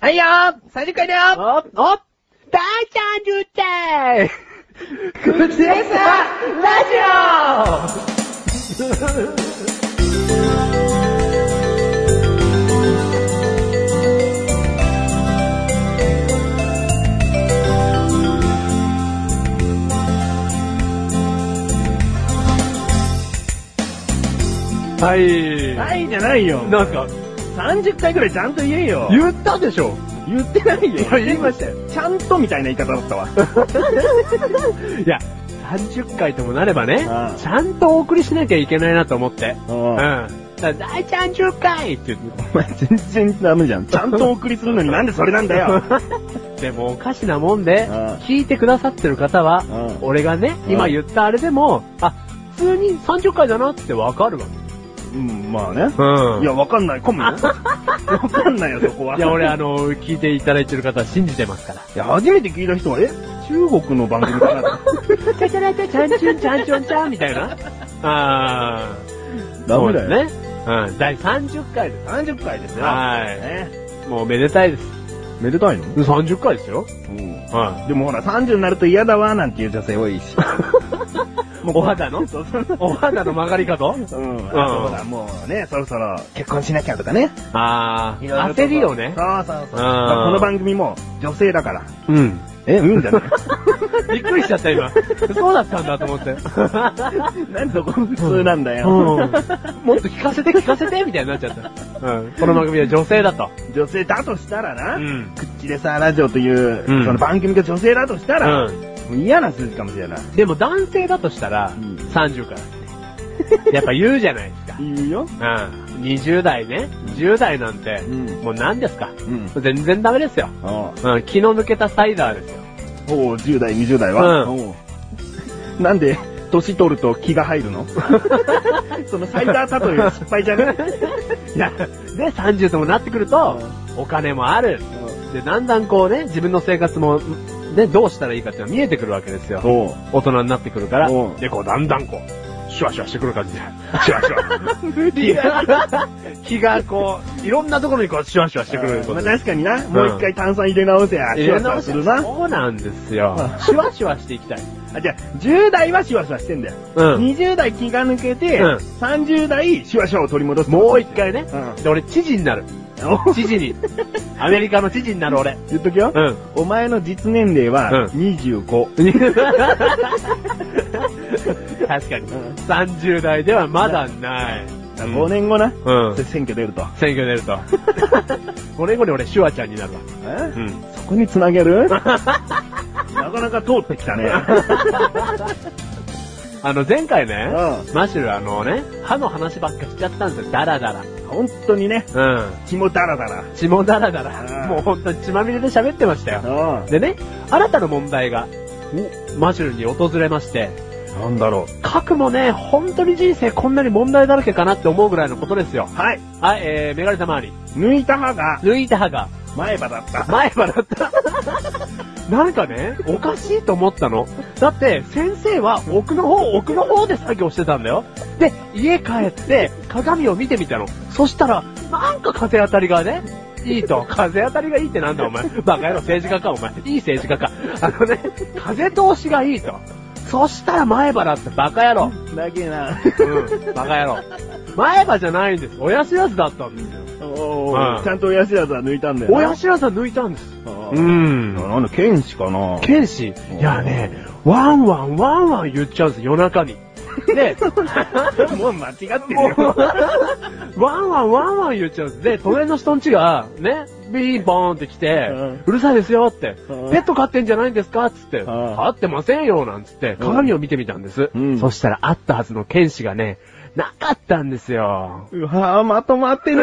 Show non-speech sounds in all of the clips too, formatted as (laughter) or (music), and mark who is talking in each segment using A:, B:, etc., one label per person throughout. A: はいよー !30 回だよー
B: お、お、大ちゃんじゅって
A: 靴下ラジ
B: はい。
A: オはいじゃないよ
B: なんか、
A: !30 回ぐらいちゃんと言えよ
B: 言ったでしょ
A: 言ってないよ
B: いや言いましたよ。
A: ちゃんとみたいな言い方だったわ。
B: いや、30回ともなればね
A: うん、
B: ちゃんとお送りしなきゃいけないなと思って。う
A: お
B: ん。だから大ちゃん10回って言って
A: 前全然ダメじゃん。ちゃんとお送りするのになんでそれなんだよ。
B: (laughs) でもおかしなもんで
A: うん、
B: 聞いてくださってる方は
A: う、ん
B: 俺がね、
A: うん
B: 今言ったあれでも、あ、普通に30回だなってわかるわ。
A: うん、まあね。
B: う
A: いや、わかんない。混むよ。わかんないよ、そこは。
B: いや、俺、あ
A: い
B: の、聞いていただいてる方は信じてま
A: (laughs)
B: すから。
A: や、初めて聞いた人は、え中国の番組かな
B: チャチャラチャチャンチュンチャンチョンチャンみたいな。あ
A: (laughs)
B: ー。
A: ダメだよ。ね。
B: そうですね。うん。第30回で
A: 30回です
B: す。
A: よ。
B: は
A: ね
B: い。もうめでたいです。
A: めでたいの
B: 30回ですよ。
A: うん。
B: は
A: でもほら、30になると嫌だわ、なんていう女性多 (laughs) いし。も
B: お肌の
A: そうそう
B: い。お肌の曲がり方
A: うん。あそうだ、もうね、そろそろ結婚しなきゃとかね。
B: あ
A: いろい
B: ー。
A: ろと
B: 焦りをね
A: そ。うそうそう。
B: うん
A: まあこの番組も女性だから。
B: うん。
A: え、うんじゃない (laughs)
B: びっくりしちゃった、今。そうだったんだと思って。
A: なんでそこ普通なんだ
B: うん
A: よ。。
B: もっと聞かせて、聞かせて、みたいになっちゃった。うん。この番組は女性だと。
A: 女性だとしたらな、
B: ん。
A: クッチレサーラジオという、
B: うん
A: その番組が女性だとしたら、
B: うん。
A: もう嫌な数字かもしれない。
B: でも男性だとしたら、
A: うん
B: 30からって。やっぱ言うじゃないですか。
A: 言うよ。
B: うん。20代ね、10代なんて、
A: うん
B: もう何ですか
A: うん。
B: 全然ダメですよ。
A: おう
B: うん、気の抜けたサイダーですよ。
A: おう、10代、20代は。
B: う
A: おうなんで、年取ると気が入る (laughs) のそのサイダー例えは失敗じゃ (laughs) ね
B: いや、で、30ともなってくると、お金もある。で、だんだんこうね、自分の生活も、ね、どうしたらいいかっていうのは見えてくるわけですよ。
A: おう。
B: 大人になってくるから
A: うん。
B: で、こう、だんだんこう、シュワシュワしてくる
A: (laughs)
B: 感じで。シュワシュワ。 (laughs) 気がこう、いろんなところにこう、シュワシュワしてくること
A: まあ
B: で。
A: 確かにな、もう一回炭酸入れ直せや。
B: い
A: シュ
B: や
A: ワシュワするな。
B: そうなんですよ。シュワシュワしていきたい。
A: あ、じゃあ、10代はシュワシュワしてんだよ。
B: うん。
A: 20代気が抜けて、
B: うん
A: 30代シュワシュワを取り戻す。
B: もう一回ね。
A: う
B: で、俺、知事になる。
A: ん。お
B: 知事
A: (laughs)
B: に。アメリカの知事になる俺。
A: 言っとくよ。
B: うん。
A: お前の実年齢は
B: う
A: 25。
B: (laughs) 確かに。
A: うん
B: 30代ではまだない。
A: 5年後な、
B: うん。
A: 選挙出ると。
B: 選挙出ると。5年後に俺、シュワちゃんになるわ。うん。
A: そこにつなげ (laughs) るなかなか通ってきた (laughs) ね。
B: あの、前回ね、
A: う
B: マシュル、あのね、歯の話ばっかしちゃったんですよ。ダラダ
A: ん。本当にね、
B: ラ。うん。
A: 血もダラダ
B: 血もダラダ
A: う
B: ラ。
A: ん
B: もうほんとに血まみれで喋ってましたよ。
A: ラ。
B: でね、新たな問題が、マシュルに訪れまして、
A: うん。なんだろ
B: 核もね、本当に人生こんなに問題だらけかなって思うぐらいのことですよ
A: う。。はい。
B: はい、えー、メガネたまわり。
A: 抜いた歯が
B: 抜いた歯が、
A: 前歯だった。
B: 前歯だった。なんかね、おかしいと思ったの。だって、先生は奥の方、奥の方で作業してたんだよ。で、家帰って、鏡を見てみたの。そしたら、なんか風当たりがね、いいと。風当たりがいいってなんだお前。バカ野郎政治家かお前。いい政治家か。あのね、風通しがいいと。そしたら前歯だってバカ野郎。
A: だけ (laughs) な。
B: うん、バカ野郎。前歯じゃないんです。親知らずだったんですよ。
A: お
B: う
A: ー
B: ん
A: ちゃんと親知らずは抜いたんだよな。
B: 親知らずは抜いたんです。
A: うん
B: ん
A: なんだ、剣士かな
B: 剣士、いやね、ワンワンワンワン言っちゃうんですよ、夜
A: (laughs)
B: 中に。で、
A: もう間違ってる
B: もう
A: よ。
B: ワンワンワンワン言っちゃうんです。で、隣の人ん家が、ね、ビーンボーンって来て、
A: うん
B: うるさいですよって、
A: うん
B: ペット飼ってんじゃないんですかつって、
A: ん
B: 飼ってませんよ、なんつって、鏡を見てみたんです。
A: うん
B: そしたらあったはずの剣士がね、なかったんですよ。
A: うわぁ、まとまってね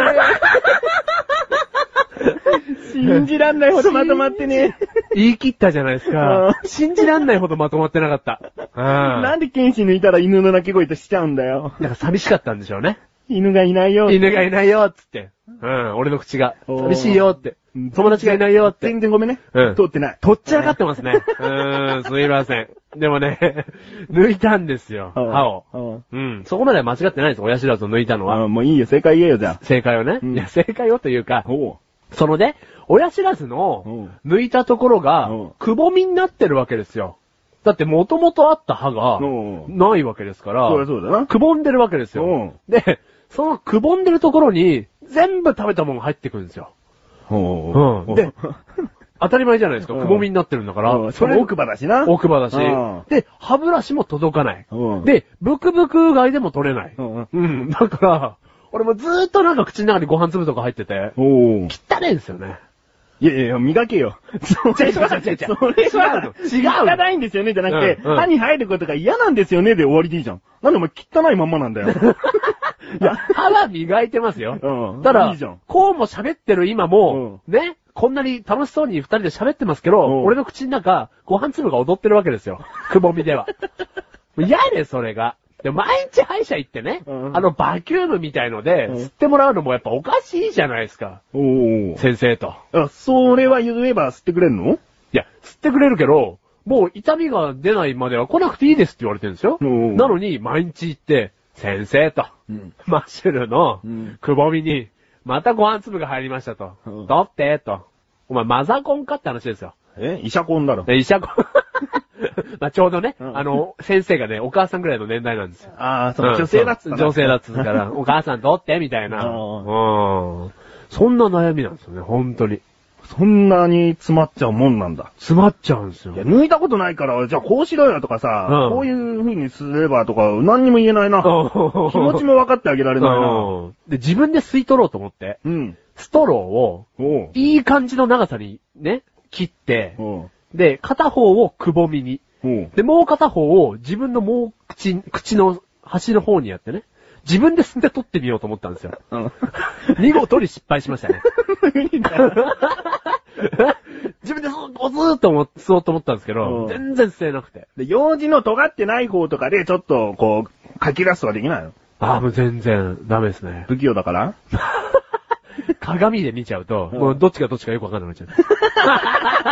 A: え。 (laughs) 信じらんないほどまとまってねえ。
B: 言い切ったじゃないです
A: う
B: か
A: ん。
B: 信じらんないほどまとまってなかった。うん。
A: なんで剣士抜いたら犬の鳴き声としちゃうんだよ。
B: なんか寂しかったんでしょうね。
A: 犬がいないよ。
B: 犬がいないよ、つって。うん、俺の口が。
A: おー
B: 寂しいよって。友達がいないよって
A: 全。然ごめんね。
B: うん
A: 通ってない。
B: とっちらかってます
A: (laughs)
B: ね。うーん、すいません。でもね、抜いたんですよ、
A: うん
B: 歯を。
A: うん
B: うん、そこまでは間違ってないです、親知らずを抜いたのは。
A: あもういいよ、正解言えよ、じゃ
B: 正解をね。
A: うん
B: いや、正解をというか
A: あ。、お
B: そのね、親知らず
A: う
B: の
A: ん
B: 抜いたところが
A: うん、
B: くぼみになってるわけですよ。だって元々あった歯が
A: うん、うん
B: ないわけですから、
A: そりゃそうだな。
B: くぼんでるわけです
A: う
B: よ
A: ん。
B: で、そのくぼんでるところに、全部食べたものが入ってくるんですよ。
A: う
B: うん
A: で
B: で、当たり前じゃないですか。
A: うん
B: くぼみになってるんだから。
A: うんそれ奥歯だしな。
B: 奥歯だし
A: うん。
B: で、歯ブラシも届かない。
A: うん
B: で、ブクブク外でも取れない。
A: うんうん
B: うん。だから、俺もずーっとなんか口の中にご飯粒とか入ってて、
A: おう
B: 汚いんですよね。
A: いやいやいや、磨けよ。そ
B: 違う違う違う違う
A: それは、
B: 違うの
A: 汚いんですよね、じゃなくて、
B: うんうん
A: 歯に入ることが嫌なんですよね、で終わりでいいじゃん。なんでお前汚いまんまなん
B: (laughs)
A: だよ。いや、
B: 歯は磨いてますよ。
A: うん
B: ただ
A: いいじゃん、
B: こうも喋ってる今も、ね、こんなに楽しそうに二人で喋ってますけど、
A: うん
B: 俺の口の中、ご飯粒が踊ってるわけですよ。
A: (laughs)
B: くぼみでは。もう嫌で、それが。で、毎日歯医者行ってね、
A: うん
B: あのバキュームみたいので、
A: うん
B: 吸ってもらうのもやっぱおかしいじゃないですか。
A: おう
B: 先生と。
A: あ、それは言えば吸ってくれるの
B: いや、吸ってくれるけど、もう痛みが出ないまでは来なくていいですって言われてるんですよ。
A: うん
B: なのに、毎日行って、先生と、
A: うん
B: マッシュルの
A: うん、
B: くぼみに、またご飯粒が入りましたと。
A: うん
B: 取って、と。お前、マザコンかって話ですよ。
A: え医者コンだろ。
B: で医者コ
A: (laughs)
B: ン。まあ、ちょうどね、
A: うん
B: あの、先生がね、お母さんぐらいの年代なんですよ。
A: ああ、そうの
B: ん
A: 女性だっつ
B: そう女性だっつう
A: だ (laughs)
B: から、お母さん取って、みたいな。
A: う
B: うんん。そんな悩みなんですよね、本当に。
A: そんなに詰まっちゃうもんなんだ。
B: 詰まっちゃうんですよ
A: いや、。抜いたことないから、じゃあこうしろよとかさ、
B: うん
A: こういう風にすればとか、何にも言えないな。 (laughs) 気
B: 気
A: 持ちも分かってあげられないな。
B: うんで、自分で吸い取ろうと思って、
A: うん。
B: ストローを、
A: おう。
B: いい感じの長さにね、切って、
A: おう。
B: で、片方をくぼみに、
A: おう。
B: で、もう片方を自分のもう口、口の端の方にやってね、自分で吸って取ってみようと思ったん (laughs) ですよ。
A: うん。 (laughs)
B: 見事に失敗しましたね。
A: 無理だよ。
B: 自分でそうこうずーっと思吸おうと思ったんですけ
A: うん
B: ど、全然吸えなくて。
A: で、用事の尖ってない方とかで、ちょっと、こう、書き出すはできないの
B: ああ、もう全然ダメですね。
A: 不器用だから
B: 鏡で見ちゃうと、
A: うん
B: もうどっちがどっちかよくわかんなくなっちゃう。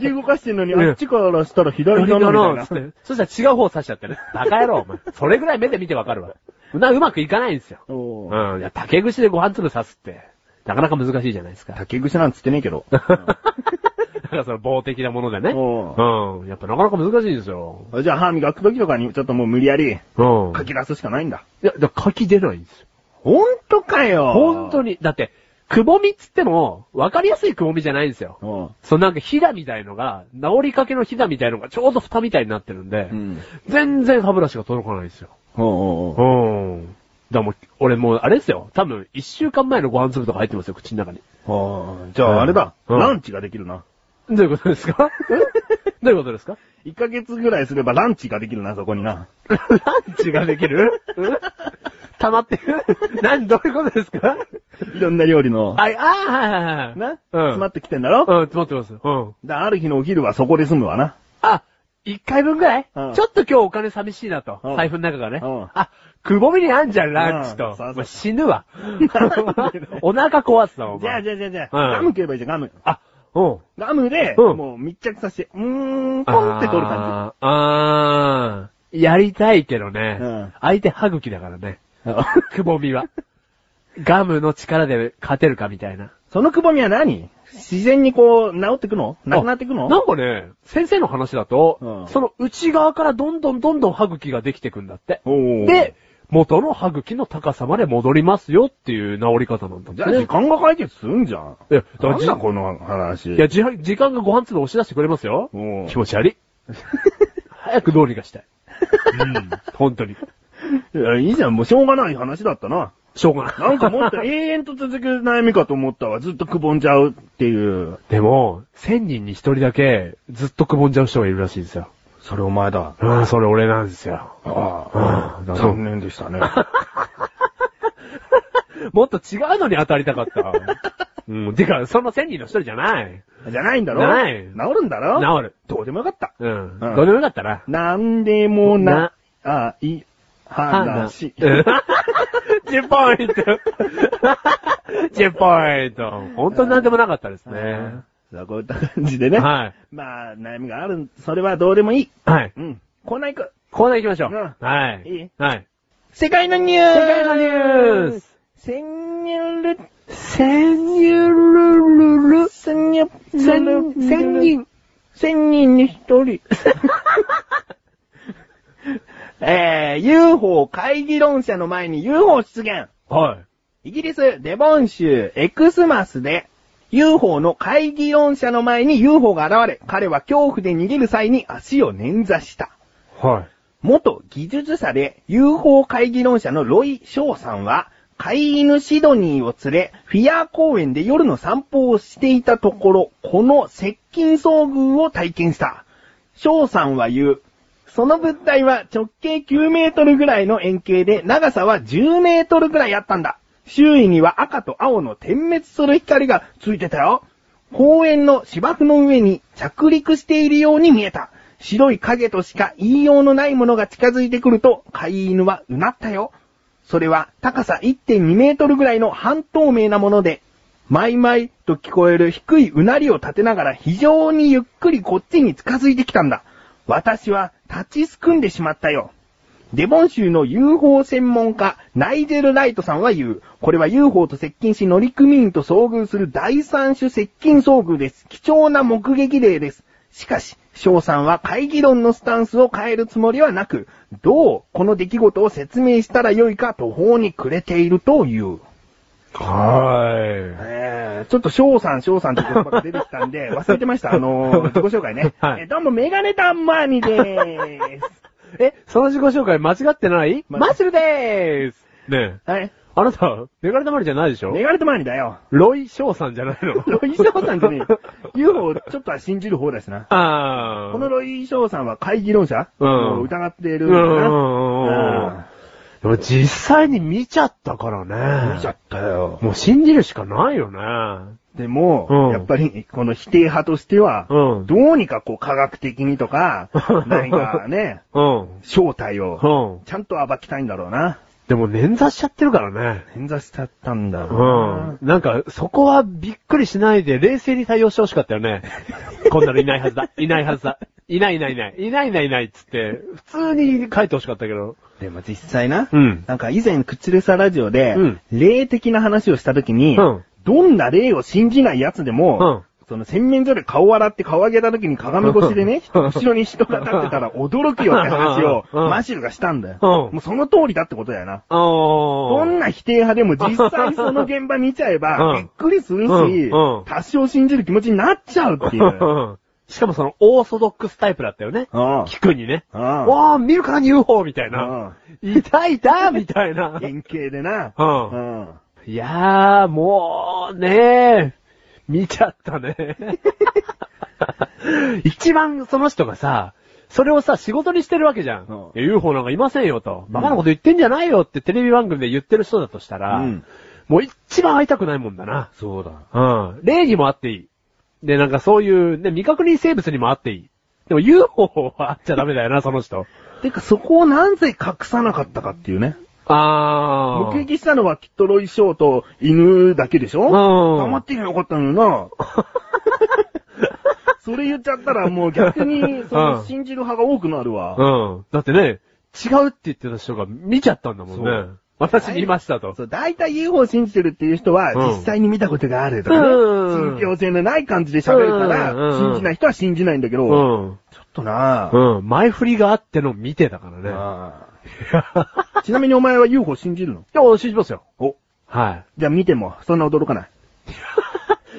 A: 右動かしてんのに、
B: うん
A: あっちからしたら左だ
B: 左
A: な、
B: だ
A: みたい
B: な、
A: な
B: つ。って。そしたら違う方刺しちゃってね。バカ野郎、お前。それぐらい目で見てわかるわ。な、うまくいかないんですよ。
A: おう
B: うん。いや、竹串でご飯粒刺すって、なかなか難しいじゃないですか。
A: 竹串なんつってねえけ
B: (laughs)
A: ど。
B: だからその棒的なものでね。
A: お
B: うん。やっぱなかなか難しいんですよ。
A: じゃあ歯磨く時とかに、ちょっともう無理やり、
B: うん。
A: 書き出すしかないんだ。
B: いや、だから柿出ないんですよ。
A: ほんとかよ
B: 本当
A: に。
B: に。だって、くぼみっつっても、わかりやすいくぼみじゃないんですよ。
A: おう
B: そのなんかひだみたいのが、治りかけのひだみたいのがちょうど蓋みたいになってるんで、
A: うん。
B: 全然歯ブラシが届かないんですよ。
A: おうおうおう
B: うん。だからもう、俺もう、あれですよ。多分、一週間前のご飯粒とか入ってますよ、口の中に。
A: ああじゃああれだ、
B: うん
A: ランチができるな。
B: どういうことですか (laughs) どういうことですか
A: 1ヶ月ぐらいすればランチができるな、そこにな。
B: (laughs) ランチができるん溜まってる (laughs) 何、どういうことですか
A: (laughs) いろんな料理の、
B: はい、ああ、はいはいはい。
A: な、
B: うん。
A: 詰まってきてんだろ、
B: うん、詰まってます。うん。
A: だある日のお昼はそこで済むわな。
B: あ、一回分ぐらい、
A: うん
B: ちょっと今日お金寂しいなと。
A: うん
B: 財布の中がね。
A: うん
B: あ、くぼみにあんじゃん、ランチ
A: うん
B: と。
A: そうそう
B: もう死ぬ (laughs) わ
A: なんでだよ。
B: (laughs) お腹壊すわ、お前。
A: じゃあじゃあじゃあじゃあ、
B: うん
A: ガム食えばいいじゃん、ガム。
B: あ、うん。
A: ガムで、
B: うん
A: もう密着させて、うーん、ポンって取る感
B: あーあーやりたいけどね。
A: うん
B: 相手歯茎だからね。
A: じ。 (laughs)
B: くぼみは。ガムの力で勝てるかみたいな。
A: そのくぼみは何自然にこう、治ってくのなくなってくの
B: なんかね、先生の話だと、
A: うん
B: その内側からどんどんどんどん歯茎ができてくんだって。
A: おー
B: で、元の歯茎の高さまで戻りますよっていう治り方なんだって
A: じゃあ時間が解決すんじゃん。
B: いや、だから
A: なん
B: じ
A: だこの話。
B: いや、じ時間がご飯粒押し出してくれますよ。
A: お
B: 気持ち悪い。早くどうにかしたい。うん、 (laughs) 本当に。
A: いや、いいじゃん、もうしょうがない話だったな。
B: しょうがない。
A: なんかもっと永遠と続く悩みかと思ったわ。ずっとくぼんじゃうっていう。
B: (laughs) でも、千人に一人だけ、ずっとくぼんじゃう人がいるらしいんですよ。
A: それお前だ。
B: うん、それ俺なんですよ。
A: ああ
B: うん、
A: 残念でしたね。
B: もっと違うのに当たりたかった。 (laughs) うん、てか、その千人の一人じゃない。
A: (laughs) じゃないんだろ
B: ない
A: 治るんだろ
B: 治る。
A: どうでもよかった。
B: うん。
A: うん
B: どうでもよかったな。
A: なんでもな、あい、
B: (laughs)
A: 話。
B: うん。10ポイント。10ポイント。本当になんでもなかったですね。
A: さあ、こういった感じでね。
B: はい。
A: まあ、悩みがある、それはどうでもいい。
B: はい。
A: うん。コーナー行く。
B: コーナー行きましょ
A: う
B: う。はい。
A: いい
B: はい。
A: 世界のニュース
B: 世界のニュース
A: セニョル
B: 千人ルルル。
A: 千人、
B: 千人、千。人。
A: 千人に一 (laughs) 人。えー、UFO 会議論者の前に UFO 出現。
B: はい。
A: イギリス、デボン州、エクスマスで、UFO の会議論者の前に UFO が現れ、彼は恐怖で逃げる際に足を捻挫した。
B: はい。
A: 元技術者で UFO 会議論者のロイ・ショウさんは、飼い犬シドニーを連れ、フィアー公園で夜の散歩をしていたところ、この接近遭遇を体験した。ショウさんは言う。その物体は直径9メートルぐらいの円形で長さは10メートルぐらいあったんだ。周囲には赤と青の点滅する光がついてたよ。公園の芝生の上に着陸しているように見えた。白い影としか言いようのないものが近づいてくると、飼い犬はうなったよ。それは高さ1.2メートルぐらいの半透明なもので、マイマイと聞こえる低いうなりを立てながら非常にゆっくりこっちに近づいてきたんだ。私は立ちすくんでしまったよ。デボン州の UFO 専門家、ナイジェル・ライトさんは言う。これは UFO と接近し乗組員と遭遇する第三種接近遭遇です。貴重な目撃例です。しかし、翔さんは会議論のスタンスを変えるつもりはなく、どうこの出来事を説明したらよいか途方に暮れているという。
B: は
A: えー、ちょっと翔さん、翔さんって言葉が出てきたん (laughs) で、忘れてました。あのー、自己紹介ね。
B: はい
A: えーどうも、メガネタンマーニでーす。
B: い。え、その自己紹介間違ってない
A: ま
B: マッシュルでーすねえ、
A: はい。
B: あなた、メガネたまりじゃないでしょ
A: メガネタンマーニだよ。
B: ロイ・ショウさんじゃないの
A: ロイ・ショーさんって
B: (laughs)
A: ね、UFO をちょっとは信じる方だしな。
B: あー。
A: このロイ・ショーさんは会議論者
B: うん
A: を疑っている
B: うん
A: だ
B: んうんうん
A: な。
B: でも実際に見ちゃったから
A: うん
B: ね。
A: 見ちゃったよ。
B: もう信じるしかないよね。
A: でも、
B: うん
A: やっぱり、この否定派としては、
B: うん、
A: どうにかこう科学的にとか
B: (laughs)
A: 何かね、
B: うん。
A: 正体
B: う
A: を、
B: ん。
A: ちゃんと暴きたいんだろうな。
B: でも捻挫しちゃってるからね。
A: 捻挫しちゃったんだろ
B: うん
A: う。
B: なんか、そこはびっくりしないで、冷静に対応してほしかったよね。 (laughs) こんなのいないはずだ。いないはずだ。いないいないいない。いないいないいないっつって、普通に書いてほしかったけど。
A: な。でも実際な、
B: うん
A: なんか以前、クチレサラジオで、
B: うん
A: 霊的な話をした時に、
B: うん
A: どんな霊を信じない奴でも、その洗面所で顔を洗って顔上げた時に鏡越しでね、
B: うん
A: 後ろに人が立ってたら驚きよって話を、
B: うん
A: マシルがしたんだよ。
B: うん
A: もうその通りだってことだよな。
B: あー
A: どんな否定派でも実際その現場見ちゃえ
B: うん
A: ば、びっくりする
B: うん
A: し
B: うん、
A: 多少信じる気持ちになっちゃうっていう。うん
B: うん (laughs) しかもその、オーソドックスタイプだったよね。聞くにね。
A: うん
B: わー、見るからに UFO! みたいな。痛い痛いみたいな。
A: 円形でな。
B: うん
A: うん
B: いやー、もう、ねえ、見ちゃっ
A: (laughs)
B: たね。一番その人がさ、それをさ、仕事にしてるわけじゃん。
A: うん
B: いや UFO なんかいませんよと。
A: ん
B: バカなこと言ってんじゃないよってテレビ番組で言ってる人だとしたら、
A: うん
B: もう一番会いたくないもんだな。
A: そうだ。
B: うん。礼儀もあっていい。で、なんかそういう、ね、未確認生物にもあっていい。でも UFO はあっちゃダメだよな、その人。
A: てか、そこをなぜ隠さなかったかっていうね。
B: あー。
A: 目撃したのはきっとロイショーと犬だけでしょ
B: うん
A: 溜まってりゃよかったのにな。
B: (laughs)
A: それ言っちゃったらもう逆に、そ
B: うん
A: の信じる派が多くなるわ。
B: うん。だってね、違うって言ってた人が見ちゃったんだもん
A: そ
B: ね
A: う。
B: 私見ましたと。
A: そう、大体 UFO を信じてるっていう人は、
B: うん
A: 実際に見たことがあるとかね、
B: うん
A: 信憑性のない感じで喋るから、
B: うんうんうん
A: 信じない人は信じないんだけど、
B: う
A: ちょ
B: ん。
A: っとなぁ、
B: うん。前振りがあっての見てたからね。
A: ああちなみにお前は UFO 信じるの
B: いや、信じますよ。
A: お、
B: は
A: じゃあ見ても、そんな驚か (laughs) ない。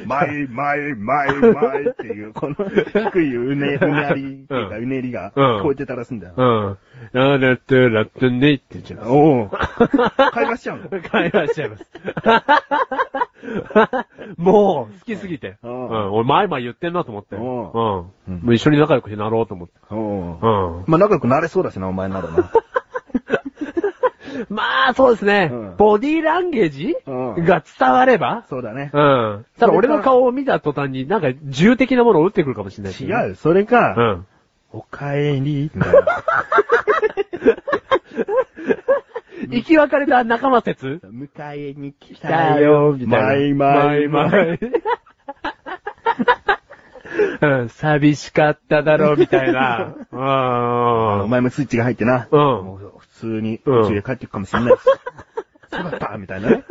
A: マイマイマイマイっていう、この低いう (laughs) ね、うねりっていうか、
B: う
A: うねりが
B: うん
A: 聞こえてたらしいんだよ
B: い。。うん。ララトゥラトゥネイって言っちゃいます。
A: おお。会話しちゃうの
B: 会話しちゃいます。 (laughs) もう、好きすぎて。う
A: うんん。
B: 俺、前々言ってんなと思って。う。
A: うんん
B: も
A: うん
B: う一緒に仲良くなろうと思って。
A: (laughs) おお。
B: う
A: まあ仲良くなれそうだしな、お前ならな。
B: ん。 (laughs) まあ、そうですね
A: うん。
B: ボディーランゲージ
A: うん
B: が伝われば
A: (laughs) そうだね。
B: うん。ただ俺の顔を見た途端になんか銃的なものを撃ってくるかもしれないし、
A: 違う、それか、
B: うん。
A: おかえり、みたいな。
B: 生き別れた仲間説
A: (laughs) 迎えに来
B: だ
A: た
B: よ
A: よ、、
B: みたいな。
A: マイマイマイ。
B: イ。 (laughs) うん、寂しかった
A: (laughs)
B: だろう、みたいな。う
A: お
B: ん。
A: 前もスイッチが入ってな。
B: う
A: (laughs)
B: ん
A: もう普通に宇宙へ帰ってくかもしれないし。そうだったみたいなね。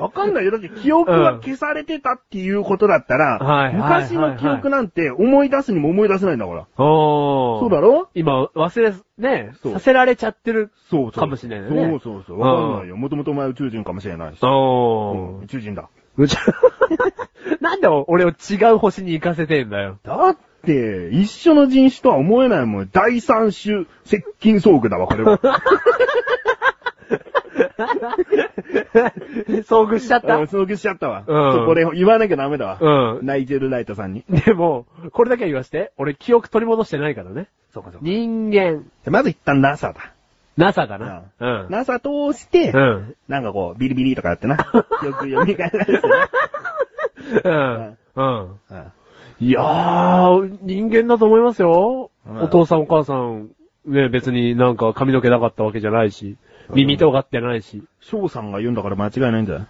A: わかんないよ。だって記憶が消されてたっていうことだったら、
B: うんはい
A: 昔の記憶なんて思い出すにも思い出せないんだから。
B: おー。
A: そうだろ
B: 今、忘れ、ね、
A: そう
B: させられちゃってる。
A: そうそう。
B: かもしれないよね
A: そうそうそう。わかんないよ。もともとお前宇宙人かもしれないし。うん
B: お
A: 宇宙人だ。
B: ー。 (laughs) なんで俺を違う星に行かせてんだよ。 (laughs)
A: だって、一緒の人種とは思えないもん。第三種、接近遭遇だわ、これ
B: (laughs)
A: は。
B: 遭遇しちゃっ
A: あ
B: た
A: の、。遭遇しちゃったわ。
B: うん
A: そうこれ言わなきゃダメだわ。
B: う
A: ナイジェル・ライトさんに。
B: ん。でも、これだけは言わして、俺記憶取り戻してないからね。
A: そうかそうか。
B: 人間、
A: まず一旦 NASA だ。
B: NASA だな。うん。
A: NASA 通して、
B: うん。
A: なんかこう、ビリビリとかや
B: (laughs)
A: ってな。よく読み返られてな。
B: うん。うん。
A: うん
B: いやー、人間だと思いますよ。
A: うん
B: お父さんお母さん、ね、別になんか髪の毛なかったわけじゃないし、
A: うん
B: 耳尖ってない (laughs) し。
A: 翔さんが言うんだから間違いないんだよ。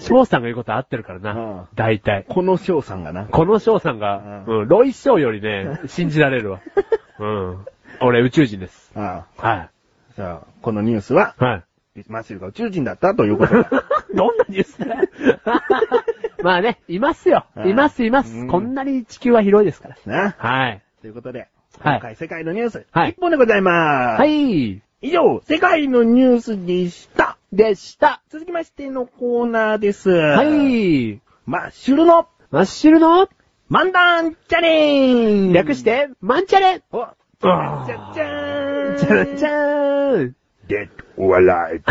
B: 翔さんが言うことは合ってるから
A: う。
B: なん大体。
A: この翔さんがな。
B: この翔さんが、
A: う
B: うん、ロイ翔よりね、信じられる (laughs) わ。うん。俺宇宙人です。
A: ああ
B: は
A: じゃあ、このニュースは、
B: い。はい。
A: マッシュルが宇宙人だったということだ。
B: (laughs) どんなニュースだよ (laughs) まあね、いますよ。
A: はい
B: います、います、
A: うん
B: こんなに地球は広いですから。
A: な。
B: はい。
A: ということで、
B: はい
A: 今回世界のニュース、
B: はい
A: 一本でございます。
B: はい。
A: 以上、世界のニュースでした。
B: でした。
A: 続きましてのコーナーです。
B: は
A: は。
B: い。
A: マッシュルの
B: マッシュルの、
A: 漫談チャレンジ
B: 略し。て、マンチャレ
A: おじ
B: あー
A: ゃじゃーん
B: じゃらじゃーん
A: Dead or alive.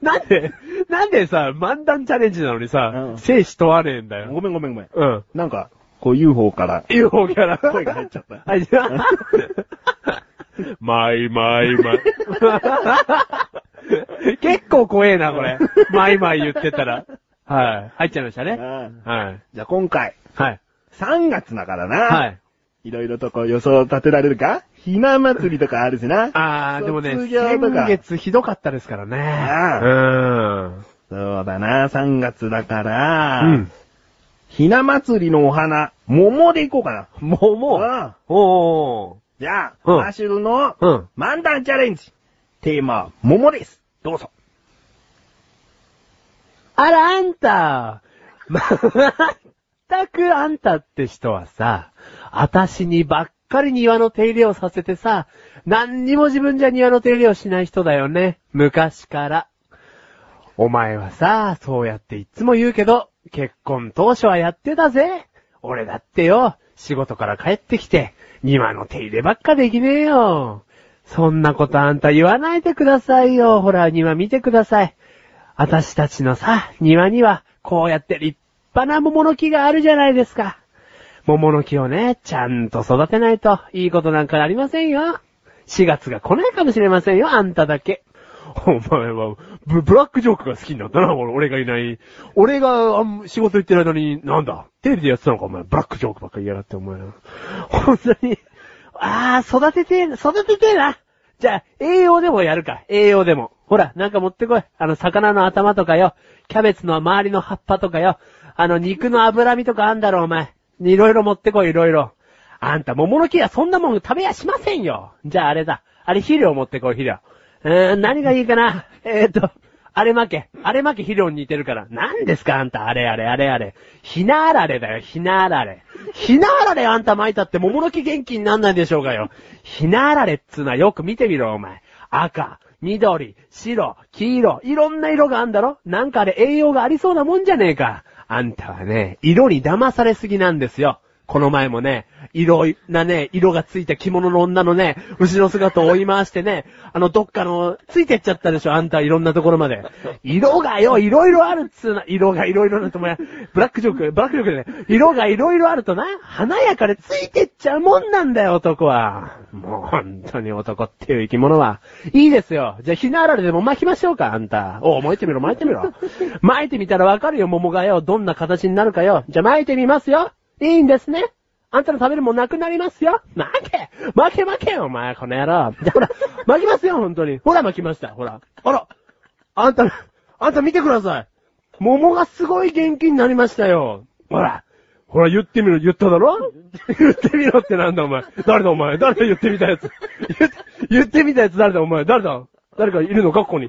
B: なんで、なんでさ、漫談チャレンジなのにさ、
A: うん
B: 生死問わねえんだ
A: (laughs)
B: よ。
A: ごめんごめんごめん。
B: うん。
A: なんか、こう UFO から、
B: UFO キャラ。
A: 声が入っちゃ (laughs) った
B: はい、じゃあ。マイマイマイ。結構怖えな、これ。マイマイ言ってたら。はい。入っちゃいましたね。
A: じ
B: はい。
A: ゃあ今回、
B: はい。
A: 3月だからな。。
B: はいい。
A: ろいろとこう予想立てられるかひな祭りとかあるしな。
B: あー、でもね、
A: 卒業とか
B: 先月ひどかったですからね。
A: そうだな、3月だか
B: う
A: ら、
B: ん。うん。
A: ひな祭りのお花、桃でいこうかな。
B: もう、もう。
A: うん
B: おー。
A: じゃあ、
B: うん
A: マッシュルの
B: うん。
A: 漫談チャレンジ。テーマは桃です。どうぞ。
B: あら、あんた。まったくあんたって人はさ、あたしにばっかり庭の手入れをさせてさ、何にも自分じゃ庭の手入れをしない人だよね。昔から。お前はさ、そうやっていつも言うけど、結婚当初はやってたぜ。俺だってよ、仕事から帰ってきて、庭の手入ればっかできねえよ。そんなことあんた言わないでくださいよ。ほら、庭見てください。私たちのさ、庭には、こうやって立派な桃の木があるじゃないですか。桃の木をね、ちゃんと育てないと、いいことなんかありませんよ。4月が来ないかもしれませんよ、あんただけ。 (laughs) お前は、ブ、ブラックジョークが好きになったな、俺俺がいない。俺が、あん仕事行ってる間に、なんだ、テレビでやってたのか、お前、ブラックジョークばっかり言いやがって、お前。本当に、あー、育ててえな、育ててえな。じゃあ、栄養でもやるか、栄養でも。ほら、なんか持ってこい。あの、魚の頭とかよ、キャベツの周りの葉っぱとかよ、あの、肉の脂身とかあんだろ、お前。いろいろ持ってこい、いろいろ。あんた、桃の木はそんなもん食べやしませんよ。じゃあ、あれだ。あれ、肥料持ってこい、肥料。うーん、何がいいかな。 (laughs) えーっと、あれ負け。あれ負け肥料に似てるから。何ですかあんた、あれあれあれあれ。ひなあられだよ、ひなあられ。ひなあられあんた巻いたって桃の木元気になんないでしょうかよ。ひなあられっつうのはよく見てみろ、お前。赤、緑、白、黄色、いろんな色があんだろなんかあれ栄養がありそうなもんじゃねえか。あんたはね、色に騙されすぎなんですよ。この前もね、色なね、色がついた着物の女のね、後ろ姿を追い回してね、あの、どっかの、ついてっちゃったでしょ、あんたいろんなところまで。色がよ、いろいろあるっつうな、色がいろいろなともや、ブラックジョーク、ブラックジョークでね、色がいろいろあるとな、華やかでついてっちゃうもんなんだよ、男は。もう、本当に男っていう生き物は。いいですよ。じゃあ、ひなあられでも巻きましょうか、あんた。おう、巻いてみろ、巻いてみろ。巻いてみたらわかるよ、桃がよ、どんな形になるかよ。じゃあ、巻いてみますよ。いいんですね。あんたの食べるもんなくなりますよ。負け負け負けお前、この野郎。じゃあ、ほら、負けますよ、本当に。ほら、負けました、ほら。
A: (laughs)
B: あら、あんた、あんた見てください。桃がすごい元気になりましたよ。ほら。ほら、言ってみろ、言っただろ言ってみろってなんだお前。誰だお前。誰だ言ってみたやつ。言って、言ってみたやつ誰だお前。誰だ誰かいるのかここに。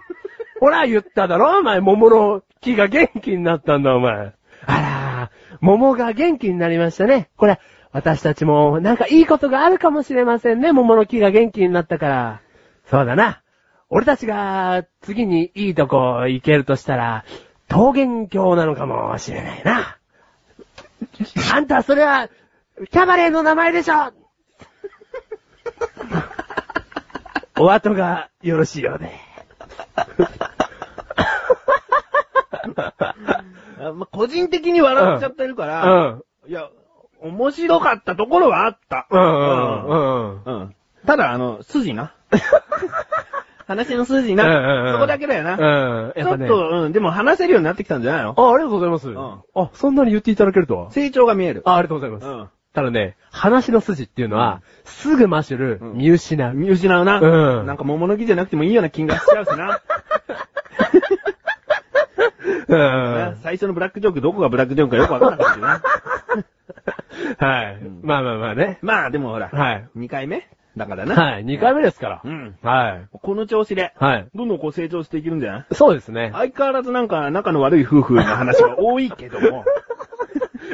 B: ほら、言っただろお前、桃の木が元気になったんだ、お前。あら、桃が元気になりましたね。これ、私たちも、なんかいいことがあるかもしれませんね、桃の木が元気になったから。そうだな。俺たちが、次にいいとこ行けるとしたら、桃源郷なのかもしれない
A: (laughs)
B: な。あんた、それは、キャバレーの名前でしょお後がよろしいようで。
A: あまあ個人的に (laughs) 笑っちゃってるか
B: う
A: ら、
B: ん。
A: いや、面白かったところはあった。
B: うんうんうん。
A: うん。ただ、あの、筋
B: (laughs)
A: な。話の筋な。
B: うんうんうん
A: そこだけだよな。
B: うん。
A: ち
B: やっ
A: ょ
B: ぱ
A: っ
B: ね。
A: と、うん、でも話せるようになってきたんじゃないの
B: あ、ありがとうございます。
A: ん
B: あ、そんなに言っていただけるとは。
A: 成長が見える。
B: あ、ありがとうございます。
A: うん
B: ただね、話の筋っていうのは、すぐマシュル、
A: うん
B: 見失う。
A: 見失うな。
B: うん
A: なんか桃の木じゃなくてもいいような気がしちゃうしな。
B: う
A: ね
B: ん。は
A: 最初のブラックジョーク、どこがブラックジョークかよくわからなかったけ
B: (laughs)
A: どな。
B: い。まあまあまあね。
A: まあ、でもほら、
B: はい。
A: 2回目だからな。
B: はい。2回目ですから
A: う。ん。
B: はい。
A: この調子で、
B: はい。
A: どんどんこう成長していけるんじゃない
B: そうですね。
A: 相変わらずなんか仲の悪い夫婦の話が多いけど
B: (laughs)
A: も、